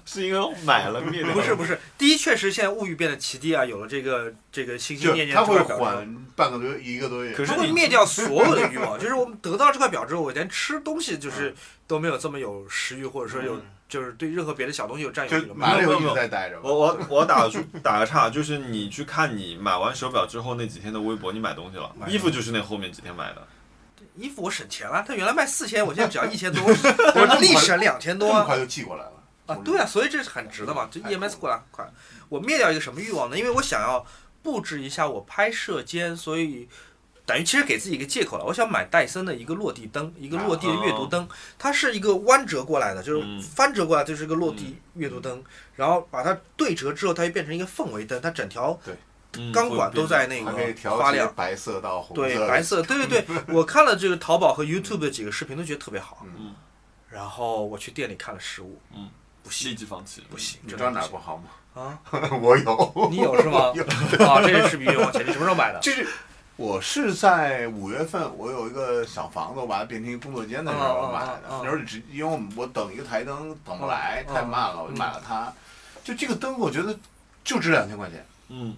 B: 是因为我买了灭掉
A: <laughs>
B: 了
A: 不是不是，第一确实现在物欲变得奇低啊，有了这个这个心心
C: 就
A: 念念
C: 他
A: 这
C: 会
A: 块表之后，
C: 缓半个多月一个多月，
B: 可是
A: 它会
B: 你
A: 灭掉所有的欲望。 <laughs> 就是我们得到这块表之后，我连吃东西
C: 嗯
A: 就是都没有这么有食欲，或者说有
B: 嗯
A: 就是对任何别的小东西有占有欲
C: 就
A: 了
C: 马
A: 嘛。
C: 上又一直在待着吧
B: 我。我我打出打个岔，就是你去看你买完手表之后那几天的微博，你买东西了，
A: 买了
B: 衣服就是那后面几天买的。
A: 衣服我省钱了，它原来卖四千，我现在只要一千
C: <laughs>
A: 多，我
C: 那么快
A: 力省两千
C: 这 <laughs>
A: 多
C: 么
A: 啊。
C: 快就寄过来了
A: 啊，对啊，所以这是很值的嘛，这
C: 哎太酷
A: EMS 过来很快。我灭掉一个什么欲望呢？因为我想要布置一下我拍摄间，所以等于其实给自己一个借口了。我想买戴森的一个落地灯，一个落地的阅读
C: 啊
A: 灯，它是一个弯折过来的，就是
B: 嗯
A: 翻折过来就是一个落地
C: 嗯
A: 阅读灯，然后把它对折之后，它就变成一个氛围灯，它整条
B: 嗯
A: 钢管都在那
C: 还可以
A: 个
C: 调
A: 发
C: 节
A: 亮。
C: 白色到红色，
A: 对，白色，对对对，
C: <laughs>
A: 我看了这个淘宝和 YouTube 的几个视频，都觉得特别好。
B: 嗯
A: 然后我去店里看了实物，
B: 嗯，
A: 不
B: 立
A: 行
B: 即放弃。
A: 不行，
C: 你
A: 真
C: 知
A: 的
C: 道
A: 不
C: 哪儿
A: 行
C: 不好吗？ <laughs>
A: 啊？
C: 我有，
A: <laughs> 你有是吗？啊，这是视频愿望钱，你什么时候买的？
C: 就是我是在五月份，我有一个小房子，我把它变成一个工作间的时
A: 嗯
C: 候
A: 嗯嗯
C: 买的。
A: 嗯
C: 那时候只因为我们我等一个台灯等不来，
A: 嗯
C: 太慢了，我就买了它。就这个灯，我觉得就值两千块钱，
B: 嗯，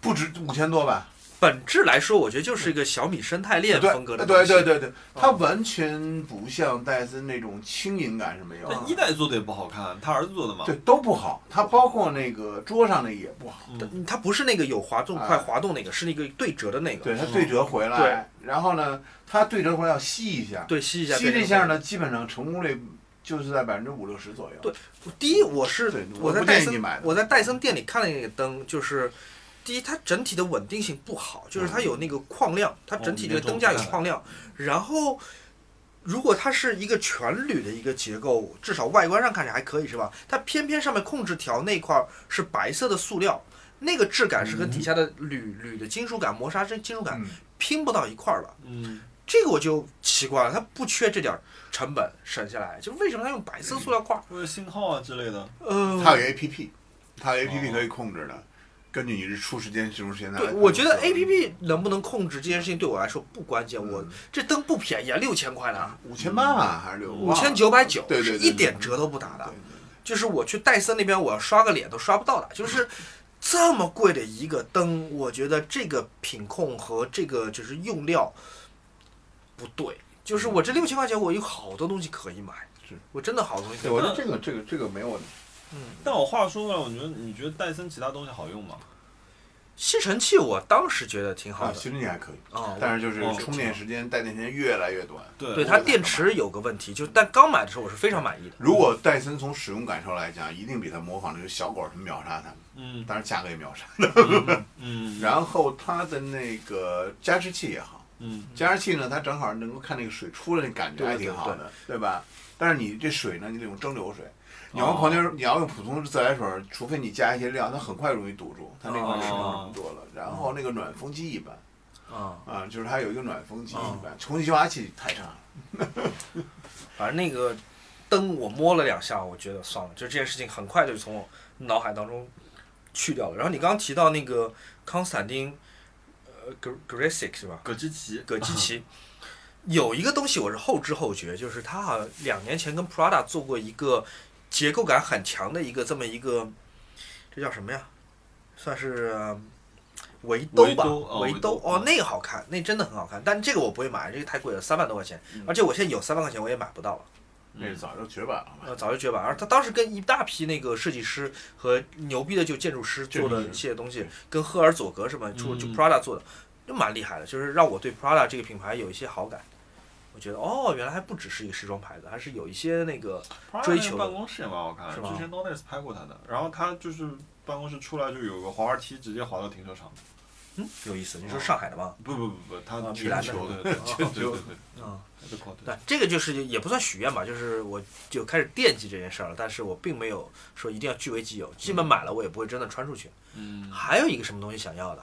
C: 不值五千多吧？
A: 本质来说，我觉得就是一个小米生态链
C: 对
A: 风格的
C: 对对
A: 对
C: 对对，它完全不像戴森那种轻盈感是没有的。啊
B: 但一代做的也不好看，他儿子做的嘛。
C: 对，都不好，它包括那个桌上那也不好，
B: 嗯，
A: 它不是那个有滑动快
C: 哎
A: 滑动那个，是那个对折的那个。
C: 对，它对折回来，然后呢，它对折回来要吸一下，
A: 对，吸一下。
C: 吸这下？呢，基本上成功率就是在百分之五六十左右。
A: 对第一，我是
C: 对
A: 我
C: 我
A: 在
C: 不
A: 戴
C: 建议你
A: 森
C: 买，的
A: 我在戴森店里看了那个灯，就是第一，它整体的稳定性不好，就是它有那个框亮，它整
C: 哦
A: 体这个灯架有框亮。然后，如果它是一个全铝的一个结构，至少外观上看着还可以是吧？它偏偏上面控制条那块儿是白色的塑料，那个质感是和底下的铝铝的金属感磨砂金金属感
C: 嗯，
A: 拼不到一块儿了。
B: 嗯，
A: 这个我就奇怪了，它不缺这点儿成本省下来，就为什么它用白色塑料块儿？
B: 或者信号啊之类的。
A: 呃，
C: 它有 A P P，它有 A P
B: 哦
C: P 可以控制的，根据你日出时间、进入时间来控
A: 对，
C: 制。
A: 我觉得 A P P 能不能控制这件事情对我来说不关键。
C: 嗯
A: 我这灯不便宜啊，六千块呢，
C: 五千八啊，还是六
A: 五千九百九，
C: 对对
A: 是
C: 对
A: 一点折都不打
C: 对
A: 的
C: 对。
A: 就是我去戴森那边，我刷个脸都刷不到的。就是这么贵的一个灯，我觉得这个品控和这个就是用料不对。就是我这六千块钱，我有好多东西可以买
C: 是，
A: 我真的好多东西可
C: 对，
A: 以买。
C: 我觉得这个这个这个没有问题。
B: 但我话说回来，我觉得你觉得戴森其他东西好用吗？
A: 吸尘器我当时觉得挺好
C: 啊，
A: 的
C: 其实你还可以，
A: 啊，
C: 但是就
B: 哦
C: 是充电时间、待电时间越来越短。
B: 对
A: 对
B: 我
A: 它电池有个问题，就但刚买的时候我是非常满意的。
C: 如果戴森从使用感受来讲，一定比它模仿这个小狗什么秒杀它们，
B: 嗯
C: 当然价格也秒杀。
B: 嗯嗯
C: 然后它的那个加湿器也好，
B: 嗯
C: 加湿器呢，它正好能够看那个水出来那感觉
A: 对
C: 还
A: 对
C: 挺好
A: 对
C: 的，对吧？但是你这水呢，你得用蒸馏水。你要
B: 哦
C: 用矿泉水，你要用普通自来水，除非你加一些料，它很快容易堵住，它那块水
A: 哦
C: 容易多了。然后那个暖风机一般，
A: 啊、
C: 啊，就是它有一个暖风机
A: 哦
C: 一般，空气净化器太差了。
A: 反正那个灯我摸了两下，我觉得算了，就这件事情很快就从我脑海当中去掉了。然后你刚刚提到那个康斯坦丁，呃，Gr-，Grasic 是吧？
B: 葛之奇，
A: 葛基奇，
B: 啊
A: <laughs> 有一个东西我是后知后觉，就是他好像两年前跟 Prada 做过一个结构感很强的一个这么一个，这叫什么呀？算是呃围兜吧
B: 围兜，哦
A: 围
B: 围兜
A: 兜哦，那个好
B: 嗯
A: 看，那真的很好看，但这个我不会买，这个太贵了，三万多块钱，而且我现在有三万块钱我也买不到了。
C: 那是早就绝版了嘛。
A: 呃，早就绝版。而他当时跟一大批那个设计师和牛逼的就建筑师做的一些东西，跟赫尔佐格什么出就
B: 嗯
A: Prada 做的，就蛮厉害的，就是让我对 Prada 这个品牌有一些好感。我觉得哦，原来还不只是一个时装牌子，还是有一些那个追求的
B: 办公室也蛮好看，
A: 是吧
B: 之前 Donis 拍过他的，然后他就是办公室出来就有个滑滑梯，直接滑到停车场。
A: 嗯有意思。你说上海的吗？
B: 不不不不，他
A: 啊米
B: 全
A: 兰的
B: 球的，对对对对对，
A: 嗯，
B: 他的 quarter
A: 对，这个就是也不算许愿吧，就是我就开始惦记这件事儿了，但是我并没有说一定要据为己有，基本买了我也不会真的穿出去。
B: 嗯，
A: 还有一个什么东西想要的？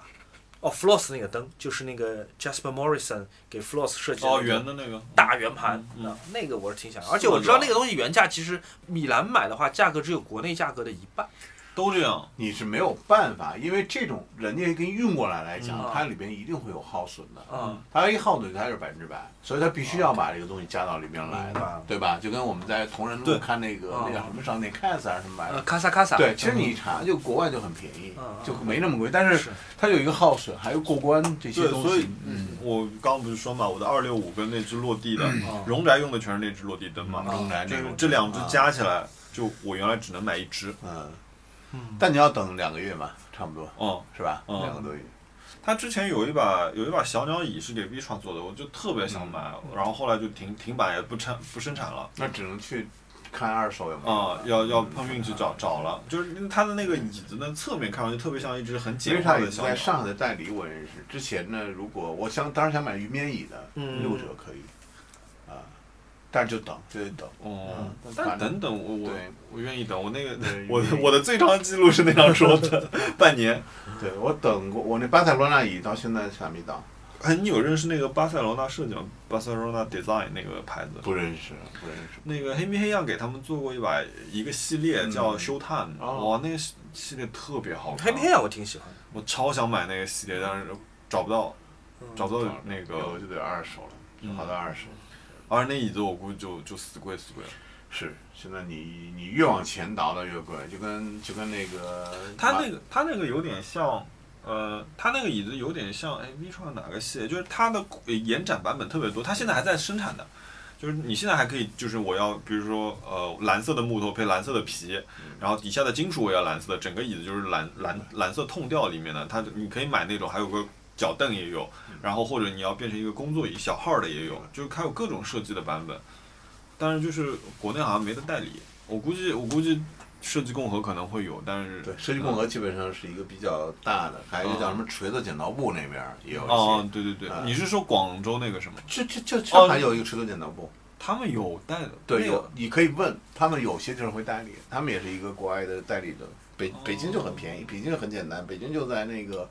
A: 哦，Floss 那个灯，就是那个 Jasper Morrison 给 Floss 设计的
B: 哦，
A: 那个
B: 圆的那个
A: 大圆盘，
B: 嗯嗯
A: 啊那个我是挺想要，而且我知道那个东西原价其实米兰买的话，价格只有国内价格的一半。
B: 都这样，
C: 你是没有办法，因为这种人家给你运过来来讲，
A: 嗯
C: 它里边一定会有耗损的。
A: 嗯，
C: 它一耗损，它就是百分之百，所以它必须要把这个东西加到里边来
A: 明白
C: 的，对吧？就跟我们在同仁
B: 对
C: 路看那个
A: 嗯
C: 那叫什么商店 Cas 还是什么玩意
A: 呃，
C: 儿，
A: 卡萨卡萨，
C: 对，其实你一查就国外就很便宜
A: 嗯，
C: 就没那么贵，但是
A: 是
C: 它有一个耗损，还有过关这些
B: 对，
C: 东
B: 所以
C: 西，嗯，
B: 我刚刚不是说嘛，我的二六五跟那只落地的
A: 哦
B: <clears throat> 荣宅用的全是那只落地灯嘛，
C: 嗯荣宅
B: 就
C: 那
B: 是
C: 种
B: 嗯哦这两只加起来，就我原来只能买一只，
C: 嗯
A: 嗯，
C: 但你要等两个月嘛，差不多
B: 嗯，
C: 是吧？
B: 嗯
C: 两个多月，
B: 他之前有一把有一把小鸟椅是给 V 创做的，我就特别
C: 嗯
B: 想买，然后后来就停停摆也不产不生产了。
C: 那只能去看二手有没有
B: 啊、要要
C: 嗯
B: 碰运气找找了，就是它的那个椅子呢，侧面看上去特别像一只很
C: 因为
B: 简
C: 他
B: 化
C: 也
B: 的
C: 是
B: 小鸟
C: 在。上海的代理，我认识。之前呢，如果我想当时想买鱼面椅的，
A: 嗯
C: 六折可以，啊，但是就等，就得等。
B: 哦
C: 嗯，
B: 但
C: 反正
B: 等等我我
C: 对
B: 我愿意等，我那个
C: 对
B: 我的
C: 愿意
B: 我的最长记录是那张桌
C: <laughs>
B: 子半年。
C: 对我等过，我那巴塞罗那椅到现在还没到，
B: 哎，你有认识那个巴塞罗那设计吗？巴塞罗那 Design 那个牌子，
C: 不认识，不认识。
B: 那个黑米黑样给他们做过一把一个系列叫
C: 嗯
B: 休探，
C: 哦
B: 哇，那个系系列特别好看。
A: 黑片我挺喜欢的。
B: 我超想买那个系列，但是找不到，
A: 嗯
B: 找不到那
C: 有
B: 个，
C: 就得二手了，好到二手。
B: 而那椅子我估计就就死贵死贵了。
C: 是，现在你你越往前倒的越贵，就跟就跟那个
B: 它
C: 马
B: 那个它那个有点像，呃，它那个椅子有点像哎 V 创哪个系列，就是它的呃延展版本特别多，它现在还在生产的。就是你现在还可以，就是我要，比如说，呃，蓝色的木头配蓝色的皮，然后底下的金属我要蓝色的，整个椅子就是蓝蓝蓝色痛调里面的，它你可以买那种，还有个脚凳也有，然后或者你要变成一个工作椅小号的也有，就是它有各种设计的版本。但是就是国内好像没得代理，我估计我估计设计共和可能会有，但是
C: 对设计共和基本上是一个比较大的，还有一个叫什么锤子剪刀布那边儿也有一
B: 哦
C: 些。，
B: 对对对，
C: 嗯
B: 你是说广州那个什么？
C: 这这这上海有一个锤子剪刀布，
B: 他们有带的，
C: 对，
B: 那个
C: 有你可以问他们，有些地方会代理，他们也是一个国外的代理的。北北京就很便宜，北京就很简单，北京就在那个，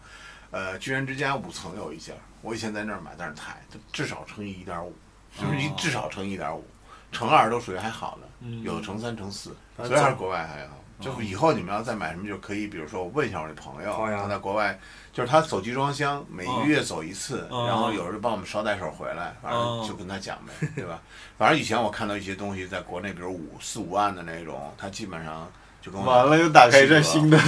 C: 呃，居然之家五层有一家，我以前在那儿买，但是太至少乘以一点五，就是一
B: 哦
C: 至少乘以一点五，乘二都属于还好的，
B: 嗯
C: 有的乘三乘四，
A: 啊
C: 所以还是
A: 这
C: 国外还好。就是以后你们要再买什么，就可以，比如说我问一下我那朋友，
A: 好呀
C: 他在国外，就是他走集装箱，每一个月走一次，
B: 嗯
C: 然后有时候帮我们捎带手回来，反正就跟他讲呗，对吧？反正以前我看到一些东西，在国内，比如五四五万的那种，他基本上就跟我
B: 完
C: 讲，
B: 了又打开一扇新的，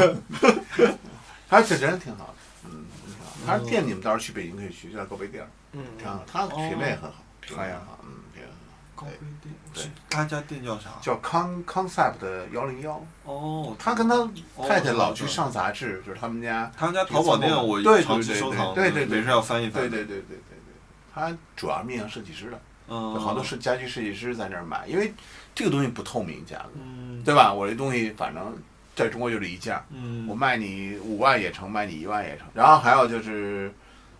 C: 他这人挺好的，嗯，挺好的。他的店你们到时候去北京可以去，就在高碑店儿，
A: 嗯，
C: 挺好的。他的品类很好，品
A: 好
C: 类
A: 呀
C: 很好，嗯，品类很好。
B: 高碑店
C: 对
B: 是他家店叫啥？
C: 叫康 Concept 幺零幺，
B: 哦，
C: 他跟他
B: 哦
C: 太太老
B: 我知
C: 去
B: 道
C: 上杂志，就是他们家，
B: 他们家淘宝店我
C: 对对
B: 长期
C: 对
B: 收藏，
C: 对对对
B: 没事要翻一翻。
C: 对对对对对对对，他主要面向设计师的。
B: 嗯，
C: 好多设家居设计师在那儿买，因为这个东西不透明价格，
B: 嗯
C: 对吧？我这东西反正在中国就这一件儿，
B: 嗯，
C: 我卖你五万也成，卖你一万也成。然后还有就是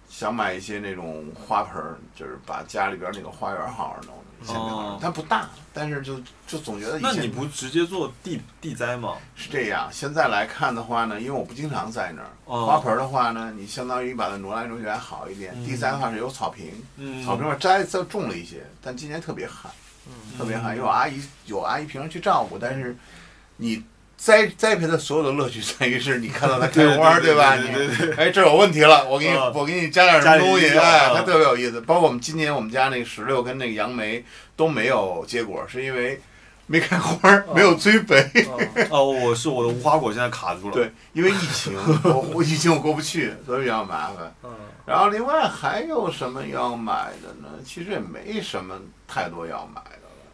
C: 想买一些那种花盆儿，就是把家里边儿那个花园好好弄弄，现在好好
B: 哦
C: 弄它不大，但是就就总觉得以
B: 那
C: 前
B: 你不直接做地地栽吗？
C: 是这样。现在来看的话呢，因为我不经常在那儿，
B: 哦
C: 花盆儿的话呢，你相当于把它挪来挪去还好一点。第三的话是有草坪，
B: 嗯，
C: 草坪上摘再种了一些，但今年特别旱。
B: 嗯
C: 特别好，有阿姨有阿姨平时去照顾，但是你栽栽培的所有的乐趣在于是你看
B: <laughs>
C: 到它
B: 对
C: 开花儿，
B: 对
C: 吧？
B: 对
C: 你
B: 对对
C: 哎，这有问题了，我给你
B: 嗯
C: 我给你加点什
B: 加
C: 么
B: 点
C: 东西，
B: 营养
C: 哎，
B: 嗯
C: 它特别有意思。包括我们今年我们家那个石榴跟那个杨梅都没有结果，是因为没开花儿，没有追肥。
A: 嗯
B: 哦，我是我的无花果现在卡住了。，
C: 对，因为疫情，我我疫情我过不去，所以比较麻烦。
A: 嗯，
C: 然后另外还有什么要买的呢？其实也没什么太多要买的了，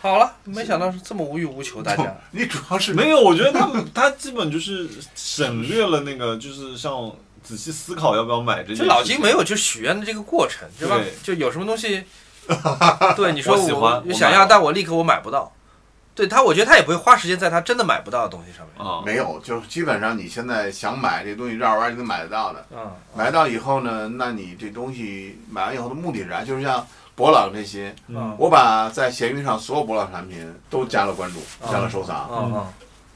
D: 好了，没想到是这么无欲无求，
B: <laughs>
D: 大家。
C: 你主要是
B: 没有，我觉得他们他基本就是省略了那个，就是像仔细思考要不要买这
D: 就
B: 件。
D: 老金没，有就许愿的这个过程，对吧
B: 对？
D: 就有什么东
B: <laughs>
D: 西，对你说
B: 我喜欢
D: 我
B: 我
D: 想
B: 买
D: 要，
B: 了
D: 但我立刻我买不到。对他，我觉得他也不会花时间在他真的买不到的东西上面。
B: 啊，
C: 没有，就是基本上你现在想买这东西绕弯儿就能买得到的。
D: 嗯，
C: 买到以后呢，那你这东西买完以后的目的是啥？就是像博朗这些，
D: 嗯
C: 我把在闲鱼上所有博朗产品都加了关注，加了收
A: 啊
C: 藏。
D: 嗯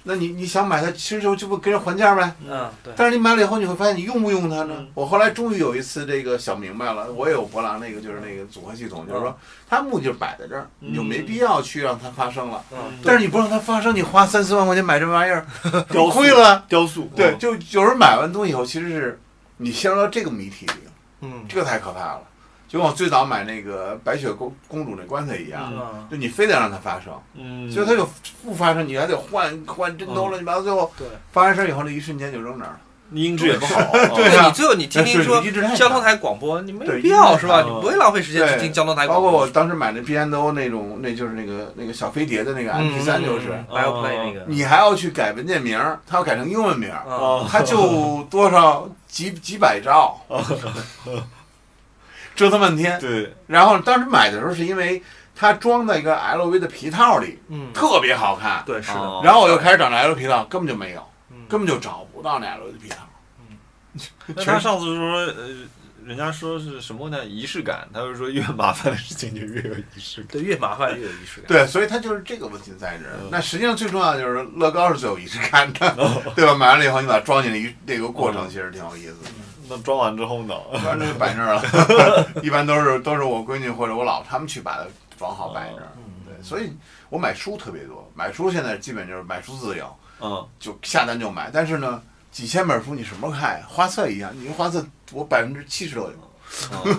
C: 那你你想买它，其实就就不跟人还价呗。
D: 嗯嗯，对，
C: 但是你买了以后，你会发现你用不用它呢？
B: 嗯
C: 我后来终于有一次这个想明白了，我也有博朗那个就是那个组合系统，就是说它目的就摆在这儿，
B: 嗯
C: 你就没必要去让它发生了。
D: 嗯
C: 但是你不让它发生，你花三四万块钱买这玩
B: <laughs>
C: 意儿，
B: 雕塑
C: 亏了。
B: 雕塑，
C: 对，
B: 嗯
C: 就有人买完东西以后，其实是你陷入到这个谜题里，
D: 嗯
C: 这个太可怕了。就跟我最早买那个白雪公公主那棺材一样，
D: 嗯，
C: 就你非得让它发生，
B: 嗯，
C: 所以它就不发生，你还得换换针头
B: 嗯
C: 乱七八糟，最后
D: 对。
C: 发完事儿以后，那一瞬间就扔那儿了。
B: 你音质也不好，
C: <laughs> 对
B: 啊
C: 啊
D: 你最后你听听说
C: 水平一直太
D: 交通台广播，你没有
C: 对
D: 必要是吧？
B: 一直
D: 你
B: 在
D: 不会浪费时间去
C: 对
D: 听交通台广
C: 包括我
D: 播。
C: 当时买那 B N O 那种，那就是那个那个小飞碟的那个 M P 三，就是、
D: 嗯 BioPlay 那个，
C: 你还要去改文件名儿，它要改成英文名儿，
B: 哦
D: 啊，
C: 它就多少几几百兆，折腾半天。
B: <laughs> 对，
C: 然后当时买的时候是因为它装在一个 L V 的皮套里，
D: 嗯，
C: 特别好看。
A: 对，是的，
B: 哦
C: 然后我又开始找那 L 皮套，根本就没有，
D: 嗯
C: 根本就找不到那 L V 的皮套。
B: 那他上次说，呃，人家说是什么呢？仪式感，他就说越麻烦的事情就越有仪式感。
A: 对，越麻烦越有仪式感。
C: 对，所以它就是这个问题在这
D: 嗯
C: 儿。那实际上最重要的就是乐高是最有仪式感的，
D: 嗯
C: 对吧？买完了以后你把它装进来，一这个过程其实挺有意思的。
B: <laughs> 那装完之后呢？
C: 反正就摆那
B: <laughs>
C: 儿了，一般都是都是我闺女或者我老婆他们去把它装好摆
B: 哦
C: 那儿。
B: 嗯
C: 对，所以我买书特别多，买书现在基本就是买书自由，
B: 嗯，
C: 就下单就买。但是呢，几千本书你什么时候看呀？花册一样，你花册我百分之七十都有。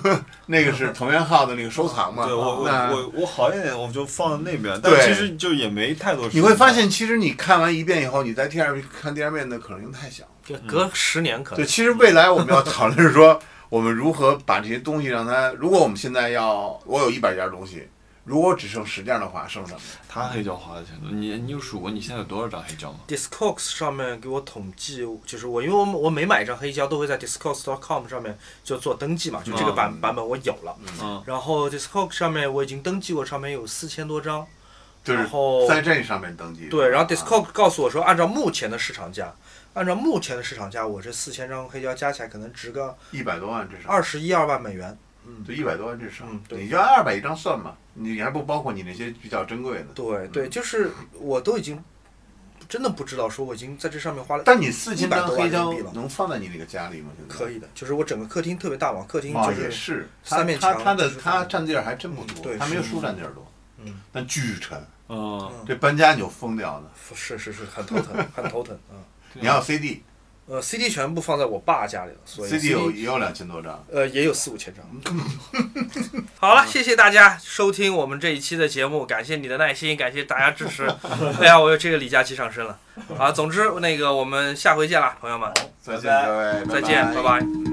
B: <laughs>
C: 那个是藤原浩的那个收藏嘛？
B: 嗯对我我
C: 那
B: 我我好一点，我就放在那边，但
C: 对
B: 其实就也没太多时
C: 你
B: 间。
C: 会发现，其实你看完一遍以后，你在第二遍看第二遍的可能性太小。
A: 就隔十年可
C: <laughs> 对，
A: 能
C: 其实未来我们要讨论是说，我们如何把这些东西让它，如果我们现在要，我有一百件东西，如果只剩十件的话，剩什么？
B: 他黑胶花的钱多，你你有数过你现在有多少张黑胶吗？
A: Discogs 上面给我统计，就是我因为我我每买一张黑胶都会在 Discogs.com 上面就做登记嘛，就这个版、
C: 嗯
A: 版本我有了。
B: 嗯，
A: 然后 Discogs 上面我已经登记过，上面有四千多张。
C: 就是
A: 然后
C: 在这上面登记。
A: 对，然后
C: 啊
A: Discogs 告诉我说，按照目前的市场价，按照目前的市场价，我这四千张黑胶加起来可能值个
C: 一百多万至少，
A: 二十一二万美元。
C: 对，一百多万至少
A: 嗯，对
C: 你就按二百一张算嘛，你还不包括你那些比较珍贵的。
A: 对对，就是我都已经真的不知道，说我已经在这上面花了。
C: 但你四千
A: 100
C: 张
A: 多
C: 黑
A: 万人
C: 胶
A: 民币了
C: 能放在你那个家里吗？现在
A: 可以的，就是我整个客厅特别大嘛，客厅
C: 啊，
A: 就
C: 也
A: 是
C: 是，它
A: 三面
C: 它
A: 墙
C: 它的
A: 就是
C: 它占地儿还真不
A: 嗯
C: 多，
A: 对
C: 它没有
A: 是
C: 书占地儿多，
A: 嗯，
C: 但巨沉，
B: 嗯，
C: 这搬家你就疯掉了。
A: 是是是很头疼，很头疼啊。
C: 你还有 CD，CD
A: 呃，CD 全部放在我爸家里了，所以
C: 有也有两千多张，
A: 呃也有四五千张。 <laughs> 好了，谢谢大家收听我们这一期的节目，感谢你的耐心，感谢大家支 <laughs> 持。哎呀，我有这个李佳琦上身了啊！总之，那个我们下回见啦，朋友们，
C: 再见
B: 拜拜
C: 各位，
A: 再见，拜拜
C: 嗯